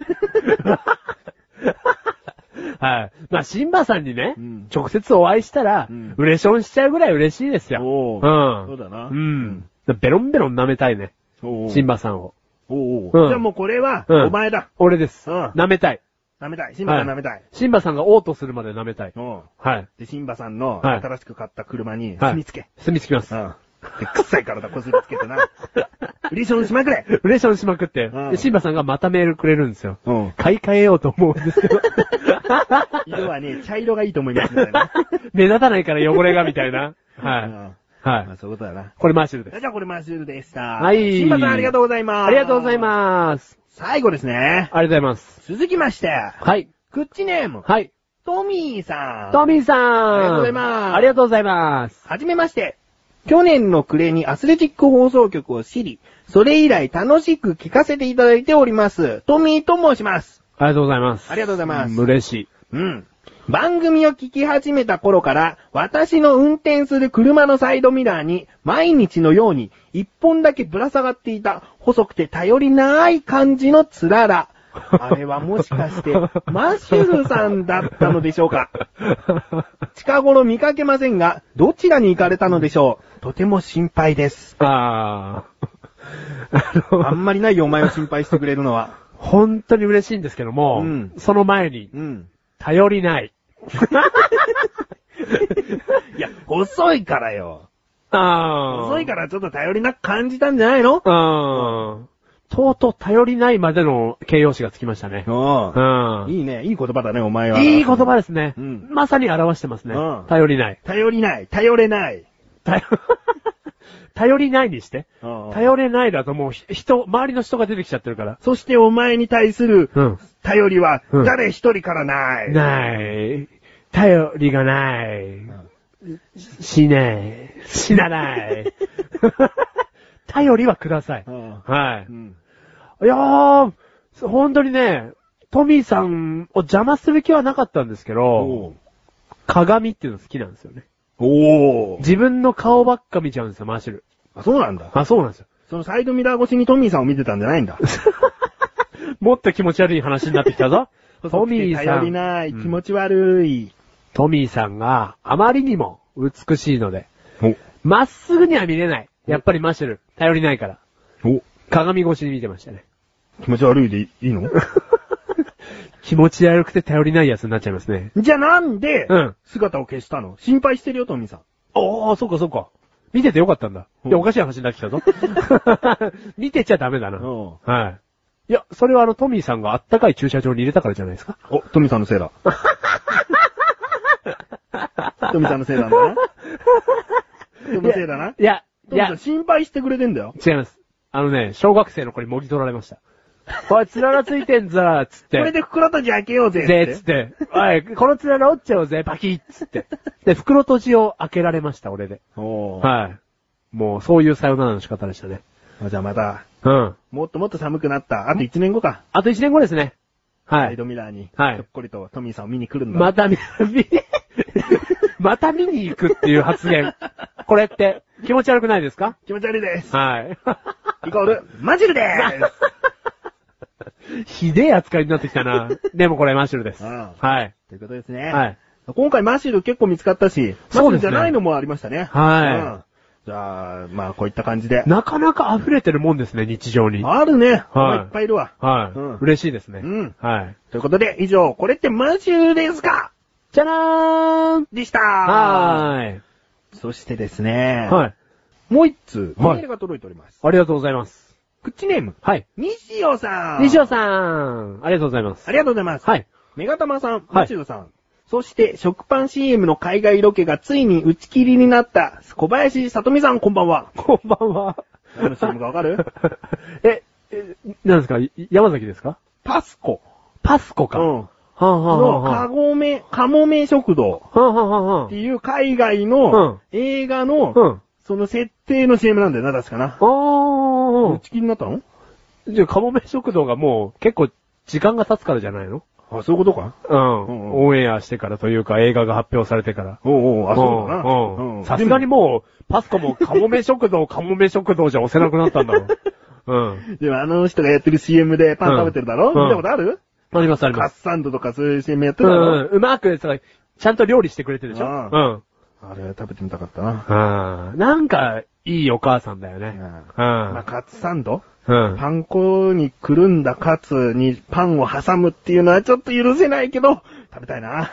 B: はい。まあ、シンバさんにね、
A: うん
B: 直接お会いしたら、
A: うん
B: うれしょんしちゃうぐらい嬉しいですよ。
A: お
B: う
A: ー
B: ん。
A: そうだな
B: うん。ベロンベロン舐めたいね。
A: お
B: シン。バさんを。
A: おう
B: う
A: お
B: ん
A: うじゃあもうこれは、
B: うん
A: お前だ。
B: 俺です。
A: うん
B: 舐めたい。
A: 舐めたい。シンバさん
B: は
A: 舐
B: い
A: めたい。
B: シンバさんが嘔吐するまで舐めたい。
A: おう
B: はい。
A: で、シンバさんの
B: はい
A: 新しく買った車に
B: はい
A: 住みつけ。
B: 住みつきます
A: う。ん。で、臭い体こすりつけてな。
B: (laughs)
A: ウリションしまくれ
B: うれしょんしまくって、
A: うん
B: でシンバさんがまたメールくれるんですよ。
A: うん。
B: 買い替えようと思うんですけ
A: (laughs)
B: ど。
A: 色はね、茶色がいいと思いますみたいな。。
B: 目立たないから汚れがみたいな。はいう
A: んま
B: は
A: あ
B: い。
A: そういうことだな。
B: これマッシュルです。
A: じゃあこれマッシュルでした。
B: はい
A: シンバさんありがとうございます。
B: ありがとうございます。
A: す。最後ですね。
B: ありがとうございます。
A: 続きまして、
B: はい。
A: クッチネーム、
B: はい。
A: トミーさん。
B: トミーさん
A: ありがとうございます
B: ありがとうございます。
A: はじめまして。去年の暮れにアスレチック放送局を知り、それ以来楽しく聞かせていただいております。トミーと申します。
B: ありがとうございます。
A: ありがとうございます
B: うん嬉しい。 (laughs)
A: うん。番組を聞き始めた頃から、私の運転する車のサイドミラーに、毎日のように、一本だけぶら下がっていた、細くて頼りない感じのつらら。あれはもしかして、マッシュルさんだったのでしょうか近頃見かけませんが、どちらに行かれたのでしょうとても心配です。
B: (laughs) あー。
A: あ
B: あの、
A: んまりないよ、お前を心配してくれるのは。
B: 本当に嬉しいんですけども、
A: うん
B: その前に、
A: うん。
B: 頼りない。
A: いや、細いからよ。
B: あー。
A: 細いからちょっと頼りなく感じたんじゃないの
B: ら。うん。とうとう頼りないまでの形容詞がつきましたね。う。
A: うんいいね、いい言葉だね、お前は。
B: いい言葉ですね。
A: うん
B: まさに表してますね。
A: うん
B: 頼りない。 (laughs)
A: 頼りない、頼れない。
B: 頼頼りないにして。
A: 頼
B: 頼れないだともうひ人、周りの人が出てきちゃってるから。
A: そしてお前に対する
B: うん。
A: 頼りは
B: うん
A: 誰一人からない。
B: ない。頼りがない。ししない。
A: (laughs)
B: (laughs) 死なない。頼りはください。
A: うん
B: は
A: う
B: い。
A: ん
B: いやー、本当にね、トミーさんを邪魔する気はなかったんですけど、
A: おー
B: 鏡っていうの好きなんですよね。
A: おー
B: 自分の顔ばっか見ちゃうんですよ、マーシュル。
A: あそうなんだ。
B: あ、そうなんですよ。
A: そのサイドミラー越しにトミーさんを見てたんじゃ (laughs) ないんだ。。
B: もっと気持ち悪い話になってきた (laughs) ぞトミーさん。
A: 頼りない、
B: うん
A: 気持ち悪い。
B: トミーさんがあまりにも美しいので、まっすぐには見れない。やっぱりマッシュル、頼りないから。
A: お、お、
B: 鏡越しに見てま (laughs) したね。
A: 気持ち悪いでいいの
B: 気持ち悪くて頼りないやつになっちゃいますね。
A: (laughs) じゃあなんで
B: うん、
A: 姿を消したの心配してるよ、トミーさん。
B: ああ、そっかそっか。見ててよかったんだ。いや、
A: うん
B: おかしい話になってきた (laughs) ぞ。見てちゃダメだな。
A: うん
B: はい。いや、それはあの、トミーさんがあったかい駐車場に入れたからじゃないですか。
A: お、トミーさんのせい
B: (laughs)
A: だ。トミーさんのせいなんだな。トミーのせいだな。
B: いや、
A: ト
B: い
A: ミーさ
B: や
A: ん、心配してくれてんだよ。
B: 違います。あのね、小学生の子にもぎ取られました。おい、つららついてんぞ、つっ
A: こ
B: て。
A: れで袋とじ開けようぜ。
B: ぜ、つって。おい、このつらら折っちゃおうぜ、パキッつって。で、袋閉じを開けられました、俺で。
A: おー
B: はい。もう、そういうさよならの仕方でしたね。
A: じゃあまた、
B: うん。
A: もっともっと寒くなった。あと1年後か。
B: あと1年後ですね。は
A: サイ
B: い。
A: ドミラーに、
B: はい
A: ひょっこりとトミーさんを見に来るんだ。
B: また見、 (laughs) 見、また見に行くっていう発言。これって、気持ち悪くないですか
A: 気持ち悪いです。
B: はい。
A: イコール、マジルでーす。
B: (laughs) ひでえ扱いになってきたな。でもこれマッシュルです。
A: うん
B: はい。
A: ということですね。
B: はい。
A: 今回マシル結構見つかったし、マシ
B: そう
A: ル
B: ですね
A: じゃないのもありましたね。
B: は
A: う
B: い
A: んじゃあ、まあこういった感じで。
B: なかなか溢れてるもんですね、日常に。は
A: あるね。
B: はい
A: いっぱいいるわ。
B: い、
A: うん
B: 嬉しいですね。
A: うん
B: はい。
A: ということで、以上、これってマシュルですか
B: じゃらーん
A: でした
B: は
A: そしてです
B: ー
A: ね、
B: い。はい。
A: もう一通、メ
B: はい
A: ールが届いております。
B: ありがとうございます。
A: クッチネーム、
B: はい。
A: 西尾さん。
B: 西尾さんありがとうございます
A: あ。りがとうございます。
B: はい。
A: メガタマさん、マシュルさん。そして、食パン CM の海外ロケがついに打ち切りになった、小林さとみさん、こんばんは。
B: こんばんは。
A: 何の CM かわかる
B: (laughs) え、え、なんですかい山崎ですか
A: パスコ。
B: パスコ
A: う
B: か。は
A: ん。
B: あ、はあ
A: の、
B: はあ
A: カゴメ、カモメ食堂
B: はあはあはあはあ
A: っていう海外の映画の、
B: うん。
A: その設定の CM なんだよな、確かな。
B: あ
A: 打ち切りになったの
B: あ。じゃあ、カモメ食堂がもう結構時間が経つからじゃないの
A: あ、そういうことか。
B: うん、
A: うん
B: オンエアしてからというか映画が発表されてから。
A: おうおう、あ、そうだ
B: んう。。
A: なん
B: さすがに
A: でも、
B: もう、パスコもカモメ食堂、カモメ食堂じゃ押せなくなったんだ (laughs) ろう。うん。
A: でもあの人がやってる CM でパン食べてるだろ、
B: うん
A: 見たことある、
B: ありますあり
A: カ
B: ま
A: ッ
B: す。
A: サンドとかそういう CM やって
B: う
A: るだ
B: ん
A: ろ、、
B: うまく、そのちゃんと料理してくれてるでしょ
A: うん
B: うん。
A: あれ食べてみたかったな。
B: うん。なんか、いいお母さんだよね。う
A: まあ、
B: ん。
A: カツサンド
B: うん。
A: パン粉にくるんだカツにパンを挟むっていうのはちょっと許せないけど、食べたいな。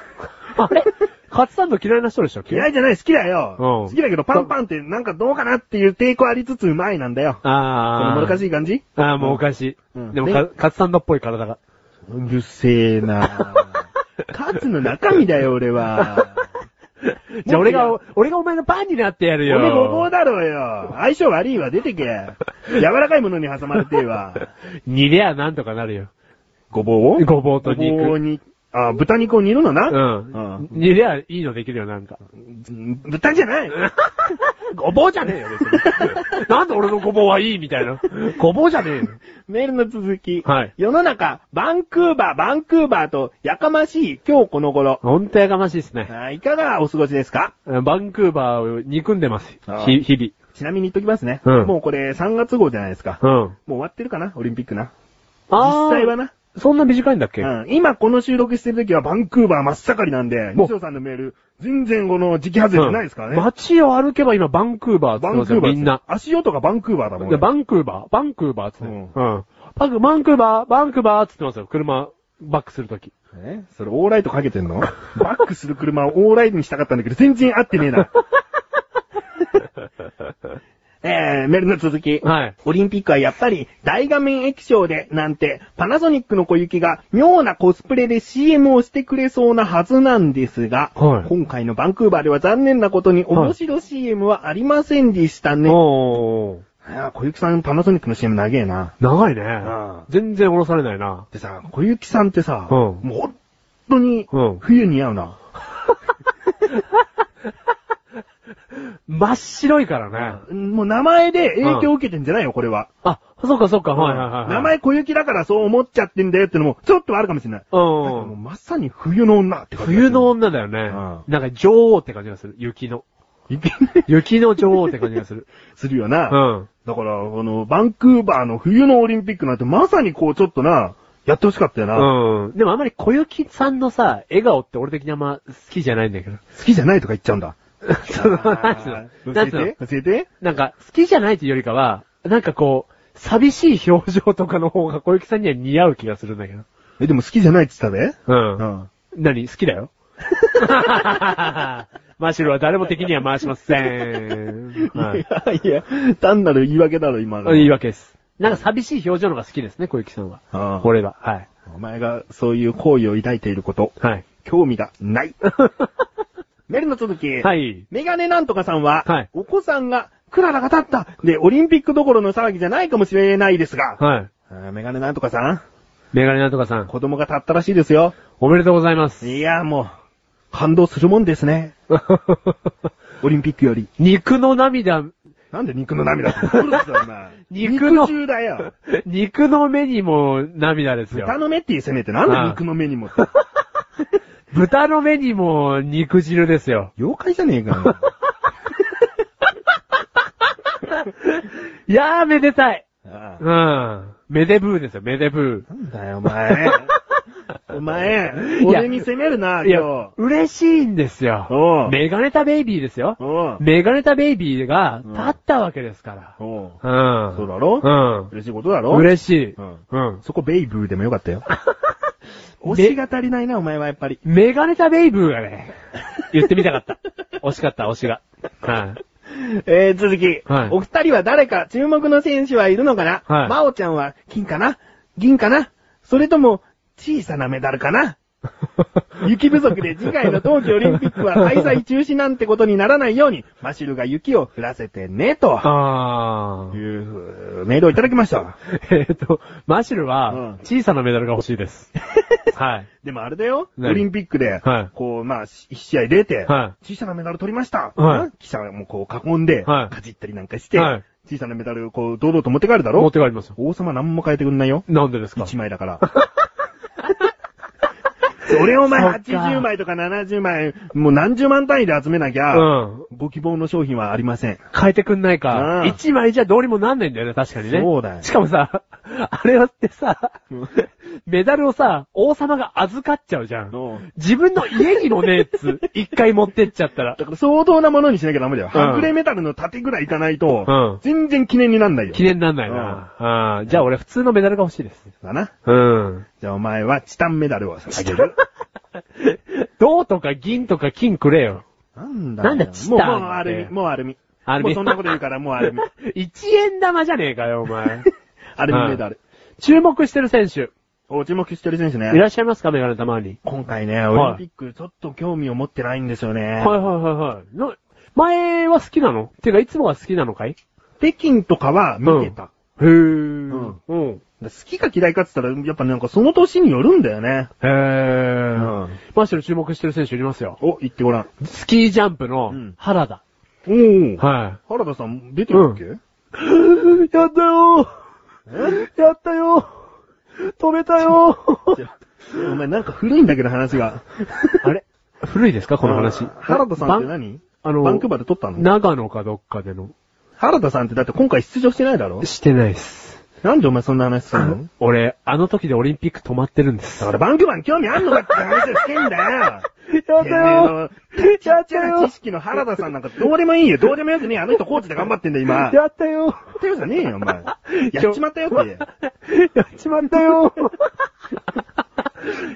B: あれカツサンド嫌いな人でしたっけ
A: 嫌いじゃない、好きだよ。
B: うん
A: 好きだけど、パンパンってなんかどうかなっていう抵抗ありつつうまいなんだよ。こ
B: あ
A: の
B: あ。
A: もどかし
B: い。
A: い感じ
B: ああ、もうおかしい。
A: うん
B: でも
A: ね
B: か、カツサンドっぽい体が。
A: うるせえ
B: (laughs)
A: なカツの中身だよ、俺は。
B: じゃあ俺が、俺がお前のパンになってやるよ。
A: 俺ごぼうだろうよ。 (laughs) 相性悪いわ、出てけ。柔らかいものに挟まれてえわ。
B: 煮りゃなんとかなるよ。
A: ごぼうを
B: ごぼうと肉
A: ごぼうに、あ、豚肉を煮るのな。
B: うん。煮りゃいいのできるよ、なんか。
A: うん豚じゃない。
B: (laughs) ごぼうじゃねえよ、別に。 (laughs) なんで俺のごぼうはいいみたいな。ごぼうじゃねえよ。
A: (laughs) メールの続き。
B: はい
A: 世の中、バンクーバー、バンクーバーと、やかましい今日この頃。
B: ほんとやかましいですね。
A: あいかがお過ごしですか
B: バンクーバーを憎んでます
A: ああ。
B: ひ日
A: ちなみに言っときますね。
B: うん
A: もうこれ3月号じゃないですか。
B: 々。うん。
A: もう終わってるかなオリンピックな。
B: あー
A: 実際はな。
B: そんな短いんだっけ
A: うん、今この収録してる時はバンクーバー真っ盛りなんで、
B: もう
A: 西尾さんのメール、全然この時期外れてないですからね。
B: うん街を歩けば今バンクーバーっつ
A: バ
B: っ
A: ン
B: て
A: クーバー
B: ま
A: ですす
B: よ、
A: よ
B: みんな。
A: 足音がバンクーバーだもん。
B: で、バンクーバーバンクーバーっつって。
A: う
B: うんん。パグ、バンクーバーバンクーバーっつってますよ、車、バックするとき。
A: えそれオーライトかけてんのバックする車をオーライトにしたかったんだけど、全然合ってねえ
B: (laughs)
A: な。えー、メールの続き。
B: はい。
A: オリンピックはやっぱり大画面液晶でなんてパナソニックの小雪が妙なコスプレで CM をしてくれそうなはずなんですが、
B: はい
A: 今回のバンクーバーでは残念なことに
B: はい
A: 面白 CM はありませんでしたね。
B: おー。
A: あー小雪さんパナソニックの CM 長えな。
B: 長い
A: ん
B: ね。全然降ろされないな。
A: でさ、小雪さんってさ、
B: うん
A: もう本当に
B: うん
A: 冬似合うな。
B: 真っ白いからね。
A: もう名前で影響を受けてんじゃないよ、これは。
B: あ、そっかそっか、はいはいはいはい。
A: 名前小雪だからそう思っちゃってんだよってのも、ちょっとはあるかもしれない。だから
B: う。
A: もうんまさに冬の女って感じ。
B: 冬の女だよね。
A: う
B: なんか女王って感じがする。雪の。
A: 雪
B: 雪の女王って感じがする。
A: するよ
B: (laughs) う
A: な。
B: ん。
A: だから、この、バンクーバーの冬のオリンピックなんてまさにこう、ちょっとな、やってほしかったよな。
B: うん。でもあんまり小雪さんのさ、笑顔って俺的にあんま好きじゃないんだけど。
A: 好きじゃないとか言っちゃうんだ。
B: (laughs) その、なんつう
A: 教
B: の、な
A: え
B: んつうの
A: て、教えて。
B: なんか好きじゃないというよりかは、なんかこう、寂しい表情とかの方が小雪さんには似合う気がするんだけど。
A: え、でも好きじゃないって言ったで。
B: う。
A: うんん。
B: 何好き
A: (laughs)
B: だよマシュルは誰も敵には回しません。はい
A: いや、いや、単なる言い訳だろ、今の。
B: いいわけです。なんか寂しい表情の方が好きですね、小雪さんは。
A: ああ
B: 俺は。はい。
A: お前がそういう好意を抱いていること、
B: はい。
A: 興味がない。メールの続き。
B: はい。
A: メガネなんとかさんは、
B: はい
A: お子さんが、クララが立ったで、オリンピックどころの騒ぎじゃないかもしれないですが、
B: はい。
A: あーメガネなんとかさん、
B: メガネなんとかさん、
A: 子供が立ったらしいですよ。
B: おめでとうございます。
A: いや、もう、感動するもんですね。オリンピックより。
B: 肉の涙、
A: なんで肉の (laughs) 涙って怒るんだよ、今
B: 肉の
A: 中だよ。
B: 肉の目にも涙ですよ。
A: 豚の目っていうせめて、なんで肉の目にもって。
B: 豚の目にも肉汁ですよ。
A: (laughs) 妖怪じゃねえかよ。
B: いやー、めでたい。
A: ああ
B: うん。めでブーですよ、めでブ
A: なんだよ、お (laughs) 前。お前、
B: いや
A: 俺に責めるな、
B: ー。いや
A: 今、
B: 嬉しいんです
A: お
B: よ
A: う。
B: メガネタベイビーですよ
A: 日。。おう
B: メガネタベイビーが
A: うん
B: 立ったわけですから。
A: おう
B: うん。
A: そうだろ
B: うん。
A: 嬉しいことだろ
B: 嬉しい。
A: うん
B: うん。
A: そこベイブーでもよか (laughs) ったよ。推しが足りないな、お前はやっぱり。
B: メガネタベイブーがね、言ってみたか
A: (laughs)
B: った。惜しかった、惜しが。はい。
A: えー、続き。
B: はい
A: お二人は誰か注目の選手はいるのかな
B: はい
A: 真央ちゃんは金かな銀かなそれとも小さなメダルかな雪不足で次回の冬季オリンピックは開催中止なんてことにならないように、マシュルが雪を降らせてね、と
B: あ
A: い
B: ー。
A: うふうメールをいただきました。
B: えっと、マシュル
A: うん
B: は、小さなメダルが欲し
A: (laughs)
B: いです。はい。
A: でもあれだよ、オ
B: 何
A: リンピックで、
B: はい
A: こう、まあ、1試合出て、
B: は
A: 小さなメダル取りました、
B: はい
A: な記者もこう囲んで、
B: はい
A: かじったりなんかして、
B: はい
A: 小さなメダルをこう、堂々と持って帰るだろ
B: 持って帰りますよ。
A: 王様何も変えてくんないよ。
B: なんでですか
A: 1枚だから。それをお前
B: そっか
A: 80枚とか70枚、もう何十万単位で集めなきゃ、
B: うん。
A: ご希望の商品はありません。
B: 変えてくんないか
A: う。ん
B: 一枚じゃどうにもなんないんだよね、確かにね。
A: そうだよ
B: しかもさ、 (laughs) あれはってさ、メダルをさ、王様が預かっちゃうじゃん。自分の家にのねえっ (laughs) つ、一回持ってっちゃったら
A: だ。から相当なものにしなきゃダメだよ。
B: うん
A: はぐれメタルの盾ぐらいいかないと、
B: うん
A: 全然記念になんないよ。
B: 記念になんないな。ああじゃあ俺普通のメダルが欲しいです。
A: だな。
B: うん。
A: じゃあお前はチタンメダルをあげ
B: (laughs)
A: る。
B: 銅とか銀とか金くれよ。
A: なんだ
B: なんだチタン
A: もう、もうアルミ、もうアルミ。
B: アルミ
A: もうそんなこと言うから、もうア
B: (laughs)
A: ルミ。
B: 一円玉じゃねえかよ、お (laughs) 前。
A: アルミメダル。
B: 注目してる選手、
A: お注目してる選手
B: い
A: ね。
B: らっしゃいますか、メガネたまに。
A: 今回ね、オリンピックちょっと興味を持ってないんですよね。
B: はいはいはいはい。な前は好きなのてか、いつもは好きなのかい
A: 北京とかは見てた。
B: へー。うん。うん。
A: 好きか嫌いかって言ったら、やっぱなんかその年によるんだよね。
B: へー。
A: うん
B: マシュル注目してる選手いますよ。
A: お、言ってごらん。
B: スキージャンプの
A: うん
B: 原田。
A: おー。
B: は
A: 原田さん出てるっけ、
B: い。 (laughs) やったよーやったよー止めたよー
A: お前なんか古いんだけど話 (laughs) が。
B: (laughs) あれ古いですかこの話。
A: うん原田さんって
B: バン
A: 何
B: あの、
A: バンクーバーで撮ったの
B: 長野かどっかでの。
A: 原田さんってだって今回出場してないだろ
B: してないっす。
A: なんでお前そんな話するの
B: 俺、あの時でオリンピック止まってるんです。
A: だからバンクーバーに興味あんのかって話をしてんだ (laughs) よ
B: や
A: てめえのちっちゃな知識の原田さんなんかどうでもいいよ。どうでもよくねえ。あの人コーチで頑張ってんだよ、今。やっ
B: やったよ
A: てるじゃねえよ、お前。やっちまったよって。
B: やっちまったよ (laughs)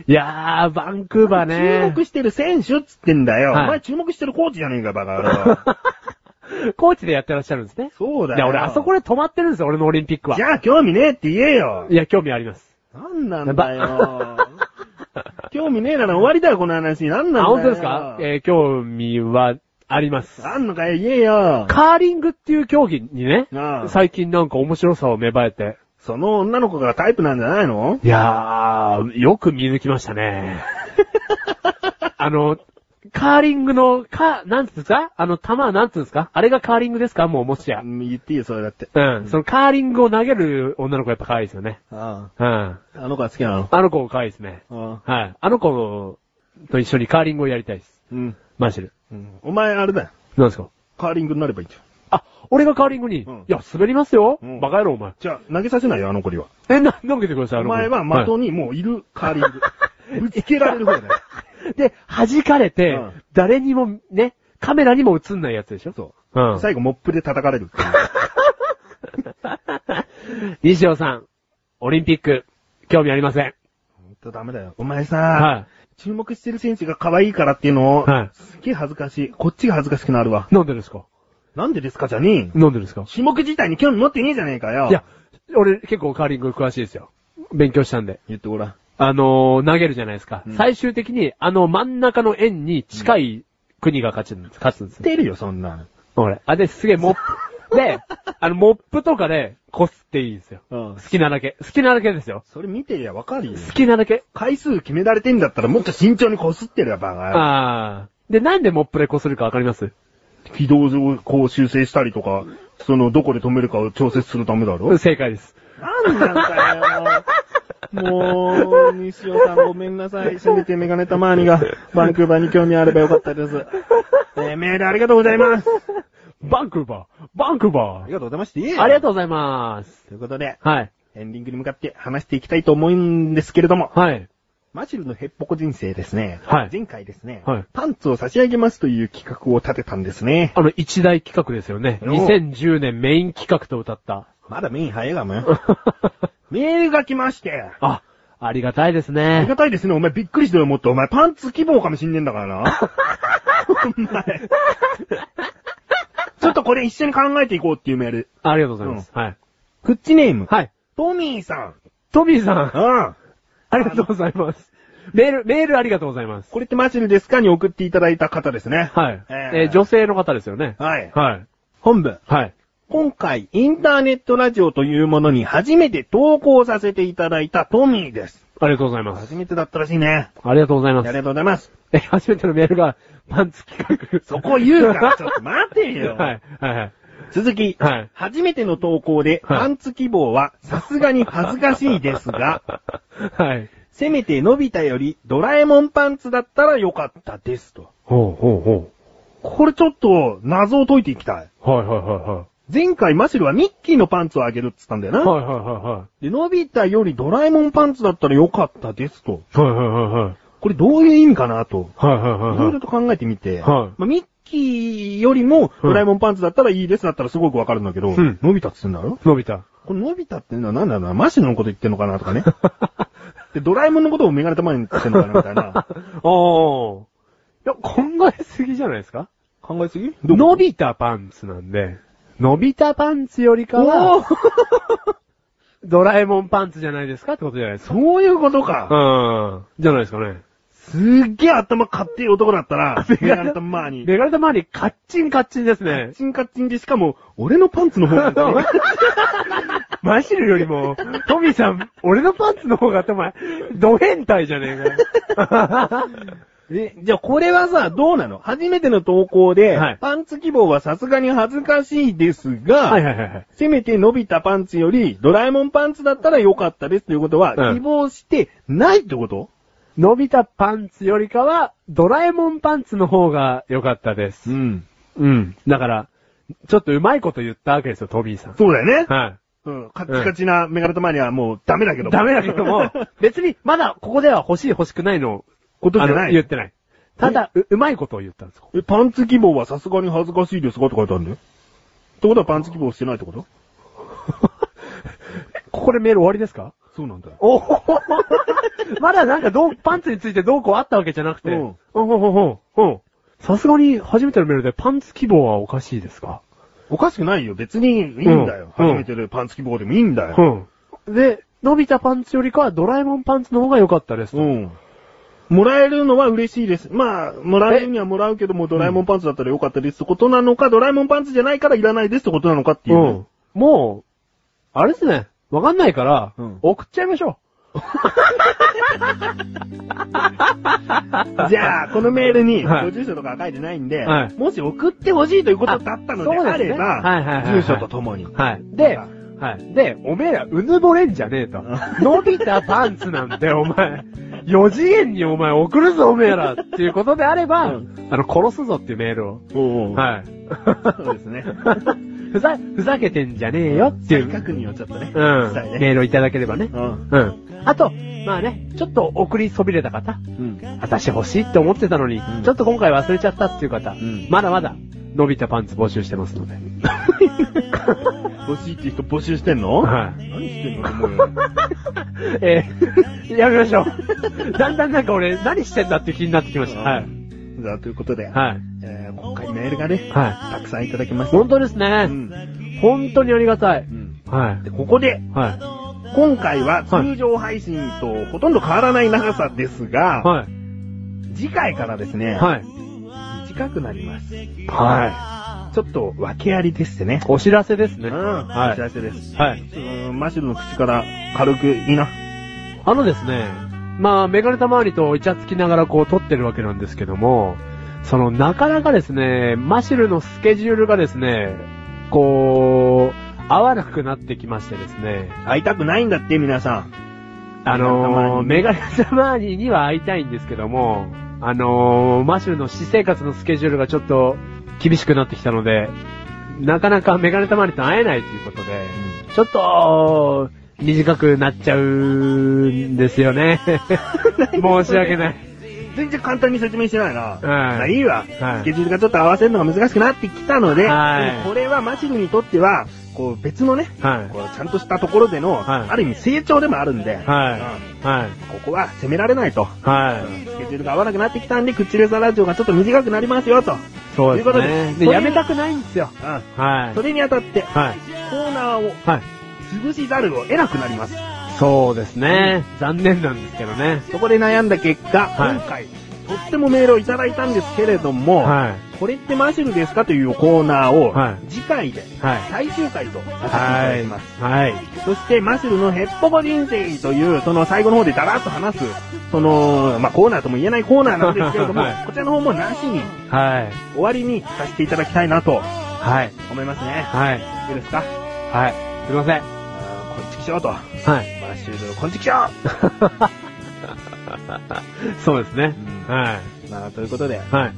B: いやー、バンクーバーね
A: 注目してる選手っつってんだよ。
B: はい
A: お前注目してるコーチじゃねえか、バカ野
B: (laughs)
A: 郎。
B: コーチでやってらっしゃるんですね。
A: そうだよ。
B: いや、俺、あそこで止まってるんですよ、俺のオリンピックは。
A: じゃあ興味ねえって言えよ
B: い。や、興味あります。
A: なんなんだよ。
B: (laughs)
A: 興味ねえなら終わりだよ、この話。なんなんだ
B: あ、
A: よ。
B: 本当ですかえー興味はあります。
A: あんのかよ、言えよ。
B: カーリングっていう競技にね
A: ああ、
B: 最近なんか面白さを芽生えて。
A: その女の子がタイプなんじゃないの
B: (laughs) いやー、よく見抜きましたね。あの、カーリングの、か、なんつうんですかあの、玉、なんつうんですかあれがカーリングですかもう、もしや。
A: 言っていいよ、それだって。
B: うん。そのカーリングを投げる女の子やっぱ可愛いですよね。
A: あ
B: うん。
A: あ。あの子は好きなの。
B: あの子可愛いですね。
A: ああ。
B: はい。あの子と一緒にカーリングをやりたいです。
A: うん。
B: マジで。
A: うん。お前、あれだよ。
B: なんですか
A: カーリングになればいいじゃん。
B: あ、俺がカーリングに、
A: うん
B: いや、滑りますよ、
A: うん
B: バカ野郎お前。
A: じゃあ、投げさせないよ、あの子には。
B: え、な、投げてください、
A: お
B: あの子
A: 前は
B: はい
A: 的にもういるカーリン
B: (laughs)
A: グ。ぶつけられる方だよ。
B: で、弾かれて、
A: うん
B: 誰にもね、カメラにも映んないやつでしょ。
A: そう
B: うん。 (laughs)
A: 最後、モップで叩かれるっていう。
B: 西尾さん、オリンピック、興味ありません。
A: ほんとダメだよ。お前さ、
B: は
A: 注目してる選手が可愛いからっていうのを、
B: はい
A: すっげえ恥ずかしい。こっちが恥ずかしくなるわ。
B: い。なんでですか
A: なんでですかじゃねえ。
B: なんでですか
A: 種目自体に興味持ってねえじゃねえかよ。
B: いや、、俺結構カーリング詳しいですよ。勉強したんで。
A: 言ってごらん。
B: あのー、投げるじゃないですか。
A: うん
B: 最終的に、あの真ん中の円に近い国が勝ちんです、勝つんですよ。
A: 出るよ、そんな
B: 俺。あ、で、すげえモッ
A: (laughs)
B: プ。で、あの、モップとかで、こすっていいんですよ。
A: の。う
B: 好。きなだけ。好きなだけですよ。
A: それ見てりゃわかるよ。
B: 好きなだけ。
A: 回数決められてんだったらもっと慎重に擦ってるよ、バカ。
B: あー。で、なんでモップでこするかわかります
A: 軌道をこう修正したりとか、その、どこで止めるかを調節するためだろ
B: 正解です。
A: なんなんだよ。もう、西尾さんごめんなさ (laughs) い。せめてメガネたまわりが、バンクーバーに興味あればよかった (laughs) です。えー、メールありがとうございます。
B: バンクーバーバンクー
A: あ
B: バ
A: りがとうございました。
B: ーありが
A: と
B: とうございます。
A: う。ということで、
B: はい。
A: エンディングに向かって話していきたいと思うんですけれども、
B: はい。
A: マジルのヘッポコ人生ですね。
B: はい
A: 前回ですね、
B: はい
A: パンツを差し上げますという企画を立てたんですね。
B: あの、一大企画ですよね。
A: お
B: 2010年メイン企画と
A: (laughs)
B: 歌った。
A: まだメイン早いがも。メールが来まして。
B: あ、ありがたいです
A: あり
B: ね
A: が。たいですね。お前びっくりしてるよ、もっと。お前パンツ希望かもしんねえんだから
B: (laughs)
A: な。お前。ちょっとこれ一緒に考えていこうっていうメール。
B: ありがとうございます。はい。
A: クッチネーム。
B: はい。
A: トミーさん。
B: トミーさん、
A: うん。
B: ありがとうございます。メール、メールありがとうございます。
A: これってマジルですかに送っていただいた方ですね。
B: はい。
A: えー
B: えー女性の方ですよね。
A: はい。
B: はい。
A: 本部。
B: はい。
A: 今回、インターネットラジオというものに初めて投稿させていただいたトミーです。
B: ありがとうございます
A: 初。めてだったらしいね。
B: ありがとうござい
A: あ
B: ま
A: りが
B: す
A: と。うございます。
B: え、初めてのメールが、パンツ企画。
A: そこ言うから、ちょっと待てよ。
B: はい、はい、はい。
A: 続き、
B: はい
A: 初めての投稿で、
B: はい
A: パンツ希望はさすがに恥ずかしいです
B: (laughs)
A: が、
B: はい。
A: せめて伸びたよりドラえもんパンツだったらよかったですと。
B: ほうほうほ
A: これちょっと謎を解いていきたい。
B: う。はい、はい、は
A: 前回マシルはミッキーのパンツをあげるっつったんだよ
B: い、はい。
A: な。
B: はい、は
A: で、伸びたよりドラえもんパンツだったらよかったですと。
B: い、はい。はい、はい、はい。
A: これどういう意味かなと。
B: は
A: い
B: い、は
A: ろい
B: い、は
A: ろと考えてみて、
B: はい
A: まあミッキーよりもドラえもんパンツだったらいいですだったらすごくわかるんだけど、
B: うん
A: 伸びたっつってんだろ
B: い。伸びた。
A: これ、のび太っていうのは何だろうな、マシのこと言ってんのかなとか (laughs) ね。で、ドラえもんのことをメガネたまに言ってんのかなみたいな。 (laughs)
B: (laughs) おー。いや、考えすぎじゃないですか
A: 考えすぎ
B: 伸びたパンツなんで、伸びたパンツよりか
A: お
B: は、
A: ー
B: (laughs) ドラえもんパンツじゃないですかってことじゃないですか。
A: そういうこと
B: う
A: か。
B: ん。じゃないですかね。
A: すっげえ頭かっていい男だった (laughs) ら、メガネたまに。
B: メガネた周り、カッチンカッチンです
A: カ
B: ね
A: ッ。チンカッチンで、しかも、俺のパンツの方が頭が。
B: マシルよりも、トミーさん、俺のパンツの方が頭いい、ド変態じゃね (laughs) えかよ。
A: (laughs) えじゃあこれはさ、どうなの初めての投稿で、
B: はい
A: パンツ希望はさすがに恥ずかしいですが、
B: はいはいはいはい。
A: せめて伸びたパンツより、ドラえもんパンツだったら良かったですということは、
B: うん
A: 希望してないってこと
B: 伸びたパンツよりかは、ドラえもんパンツの方が良かったです。
A: ん。
B: うん。だから、ちょっとうまいこと言ったわけですよ、トミーさん。
A: そうだよね。
B: は
A: うん、カッチカチなメガネと前にはもうダメだけど。
B: い。ダメだけども、別に、まだここでは欲しい欲しくないのを、
A: ことじゃな
B: あの
A: い。
B: 言ってない。ただ、う、うまいことを言ったんです。 (laughs)
A: え、パンツ希望はさすがに恥ずかしいですかって書いてあるんだよ。ってことはパンツ希望してないってこと
B: ここでメール終わりですか
A: そうなんだよ。
B: おほほほ (laughs) まだなんかどう、パンツについてどうこうあったわけじゃなくて。
A: うん
B: おほほほうん。さすがに初めてのメールでパンツ希望はおかしいですか
A: おかしくないよ。別にいいんだよ。
B: うん
A: 初めてでパンツ希望でもいいんだよ。
B: うん。で、伸びたパンツよりかはドラえもんパンツの方が良かったです。
A: う。ん。もらえるのは嬉しいです。まあ、もらえるにはもらうけども、ドラえもんパンツだったらよかったですってことなのか、ドラえもんパンツじゃないからいらないですってことなのかっていうう。
B: ん。もう、あれですね。わかんないから、
A: うん
B: 送っちゃいましょ
A: じゃあ、このメールに、
B: はい
A: ご住所とか書いてないんで、
B: はい
A: もし送ってほしいということだったのであれば、
B: あそうですねはいはいはいは
A: 住
B: い
A: 所とともに。
B: はい。で、はい。で、おめえら、うぬぼれんじゃね
A: (laughs)
B: えと。伸びたパンツなんだよ、お前。4次元にお前送るぞ、おめえら。っていうことであれば、
A: う
B: あの、殺すぞっていうメールを。
A: おい。 (laughs)
B: はい。
A: そうですね。
B: ふざ、ふざけてんじゃねえよって
A: 再
B: いう。
A: 確認をちょっとね。
B: うん
A: したい。
B: メ
A: ね。
B: ールをいただければね。
A: うん。
B: うん。あと、まあね、ちょっと送りそびれた方。
A: うん。
B: 私欲しいって思ってたのに、
A: ん
B: ちょっと今回忘れちゃったっていう方、
A: ん
B: まだまだ、伸びたパンツ募集してますので。
A: 欲しいって人募集してんの
B: (laughs) はい。
A: 何してんのもう
B: (laughs) えーやめましょう。だんだんなんか俺、何してんだって気になってきました。はい。
A: じゃあ、ということで、
B: はい。
A: えー今回メールがね、
B: は
A: たくさんいただきま
B: い。
A: した。
B: 本当です
A: う
B: ね。
A: ん。
B: 本当にありがたい。
A: うん。
B: は
A: で、ここで、
B: い。はい。
A: 今回は通常配信とほとんど変わらない長さですが、
B: は
A: 次回からです
B: い。
A: ね、
B: はい。
A: 短くなります。
B: は
A: ちょっと訳ありですってね
B: い。。お知らせですね。
A: うん、
B: は
A: お知
B: い。
A: らせです。
B: はい。
A: うんマシュルの口から軽くいいな。
B: あのですね、まあ、メガネタ周りとイチャつきながらこう撮ってるわけなんですけども、その、なかなかですね、マシルのスケジュールがですね、こう、合わなくなってきましてですね、
A: 会いたくないんだって、皆さん。
B: あのー、メガネタマーニーには会いたいんですけども、あのー、マシュルの私生活のスケジュールがちょっと厳しくなってきたので、なかなかメガネタマーニーと会えないということで、ちょっと、短くなっちゃうんです
A: (laughs)
B: よね。申し訳ない。
A: 全然簡単に説明してないな。
B: はい
A: まあいいわ、
B: はい
A: スケジュールがちょっと合わせるのが難しくなってきたので、
B: はい
A: でもこれはマシュルにとっては、こう別のね、
B: はい。
A: こうちゃんとしたところでの、
B: はい
A: ある意味成長でもあるんで、
B: はい。はい。
A: ここは責められないと。
B: はい。
A: スケジュールが合わなくなってきたんで、口レザラジオがちょっと短くなりますよ、と。
B: そうです
A: ということ
B: ね
A: で。
B: で、やめたくないんですよ。
A: うん。
B: はい
A: そ。れにあたって、
B: はい。
A: コーナーを
B: はい。
A: 潰しざるを得なくなります。
B: そうですね。残念なんですけどね。
A: そこで悩んだ結果、
B: はい
A: 今回、とってもメールをいただいたんですけれども、
B: は
A: これってマシュルですかというコーナーを、
B: は
A: 次回で
B: い。はい。
A: 最終回とさせていた
B: は
A: だ
B: い
A: きます。。
B: はい。
A: そして、マシュルのヘッポコ人生という、その最後の方でダラッと話す、その、まあ、コーナーとも言えないコーナーなんですけれども、
B: はい
A: こちらの方もなしに、
B: はい。
A: 終わりにさせていただきたいなと
B: はい。
A: 思いますね。
B: はい。
A: いいですか
B: はい。すいません。
A: あーこんちきしょうと。マ
B: はい。
A: ッシュルのこんちきしょ
B: そうですね。
A: う
B: は
A: まあ、ということで、
B: い。はい。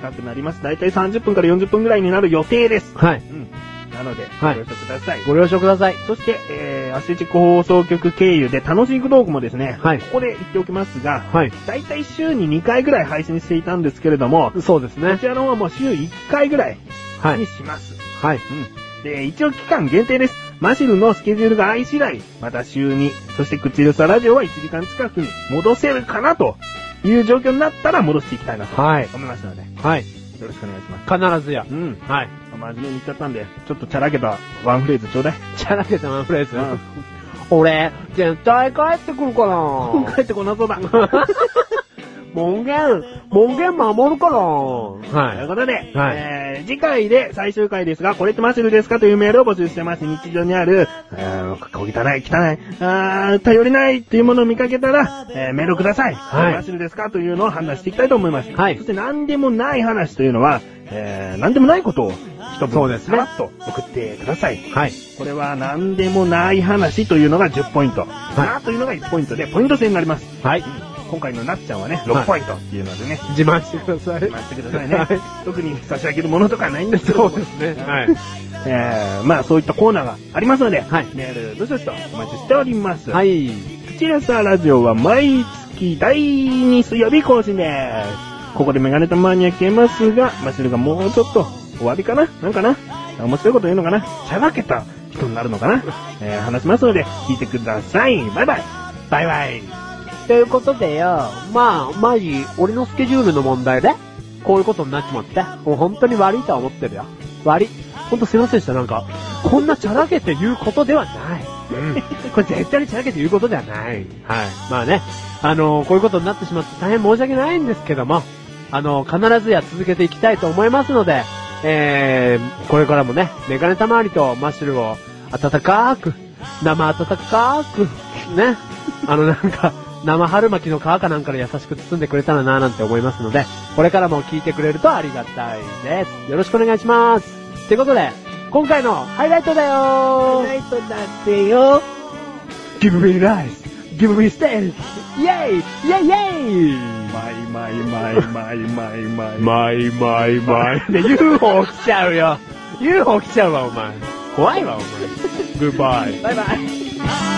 A: 短くなります。だいたい30分から40分ぐらいになる予定です。
B: はい。
A: うん。なので、ご
B: はい
A: 了承ください。
B: ご了承ください。
A: そして、えー、アスレチック放送局経由で楽しい道具もですね、
B: はい
A: ここで言っておきますが、
B: はい。
A: だいたい週に2回ぐらい配信していたんですけれども、
B: そうです
A: こ
B: ね。
A: ちらの方はもう週1回ぐらい
B: は
A: に
B: い。
A: します。
B: はい。
A: で、一応期間限定です。マシルのスケジュールが合い次第、また週に、そして口ルサラジオは1時間近くに戻せるかなという状況になったら戻していきたいなと
B: はい。
A: 思いますので、よ
B: はい。
A: ろしくお願いします。
B: 必ずや。
A: うん。
B: はい。
A: 真面目に言っちゃったんで、ちょっとチャラけたワンフレーズちょうだい。
B: チャラけたワンフレーズ。
A: うん
B: 俺、絶対帰ってくるから。
A: 帰ってこな
B: (laughs)
A: そうだ。と
B: 門限、門限守るから。は
A: いう
B: い。
A: ことで、
B: はい
A: えー次回で最終回ですが、これってマシルですかというメールを募集してます。日常にある、あー小汚い、汚い、あー頼りないというものを見かけたら、えーメールをください。
B: はい
A: マシルですかというのを判断していきたいと思います。
B: はい
A: そして何でもない話というのは、えー何でもないことを一
B: そう
A: 文
B: です
A: さ
B: ね
A: らっと送ってください。
B: はい。
A: これは何でもない話というのが10ポイント。
B: い
A: なというのが1ポイントで、ポイント制になります。
B: はい。
A: 今回のなっちゃんはね、6
B: はい
A: ポイントっていうのでね、
B: 自慢してください
A: ま。してくださいね。
B: はい
A: 特に差し上げるものとかないんですけど
B: そうですね。
A: は
B: はいい。
A: えー、まあそういったコーナーがありますので、
B: はい
A: メール、どしどしとお待ちしております。。
B: はいい。
A: 口レサラジオは毎月第2水曜日更新です。ここでメガネとマニア消えますが、マシルがもうちょっと終わりかななんかな面白いこと言うのかなちゃらけた人になるのかな、えー、話しますので、聞いてください。バイバイ。バイバイ。
B: ということでよ、まあ、マジ、俺のスケジュールの問題で、こういうことになっちまって、もう本当に悪いとは思ってるよ。悪い。ほんとすいませんでした、なんか。こんなチャラけて言うことではない。これ絶対にチャラけて言うことではない。はい。まあね、あのこういうことになってしまって大変申し訳ないんですけども、あの必ずや続けていきたいと思いますので、えー、これからもね、メガネたまわりとマッシュルを温かく生温かく、ね、 (laughs) あのなんか、生春巻きの皮かなんかで優しく包んでくれたらなぁなんて思いますので、これからも聞いてくれるとありがたいです。よろしくお願いします。ということで、今回のハイライトだよ
A: ライトだってよ。
B: !Give me rice! Give me steak! イェイイェイイェイ
A: マイマイマイマイマイマイ。
B: マイマイマイ。で、UFO 来ちゃうよ。UFO (laughs) 来ちゃうわ、お前。怖いわ、お前。グッバイ。
A: バイバイ。
C: 「あ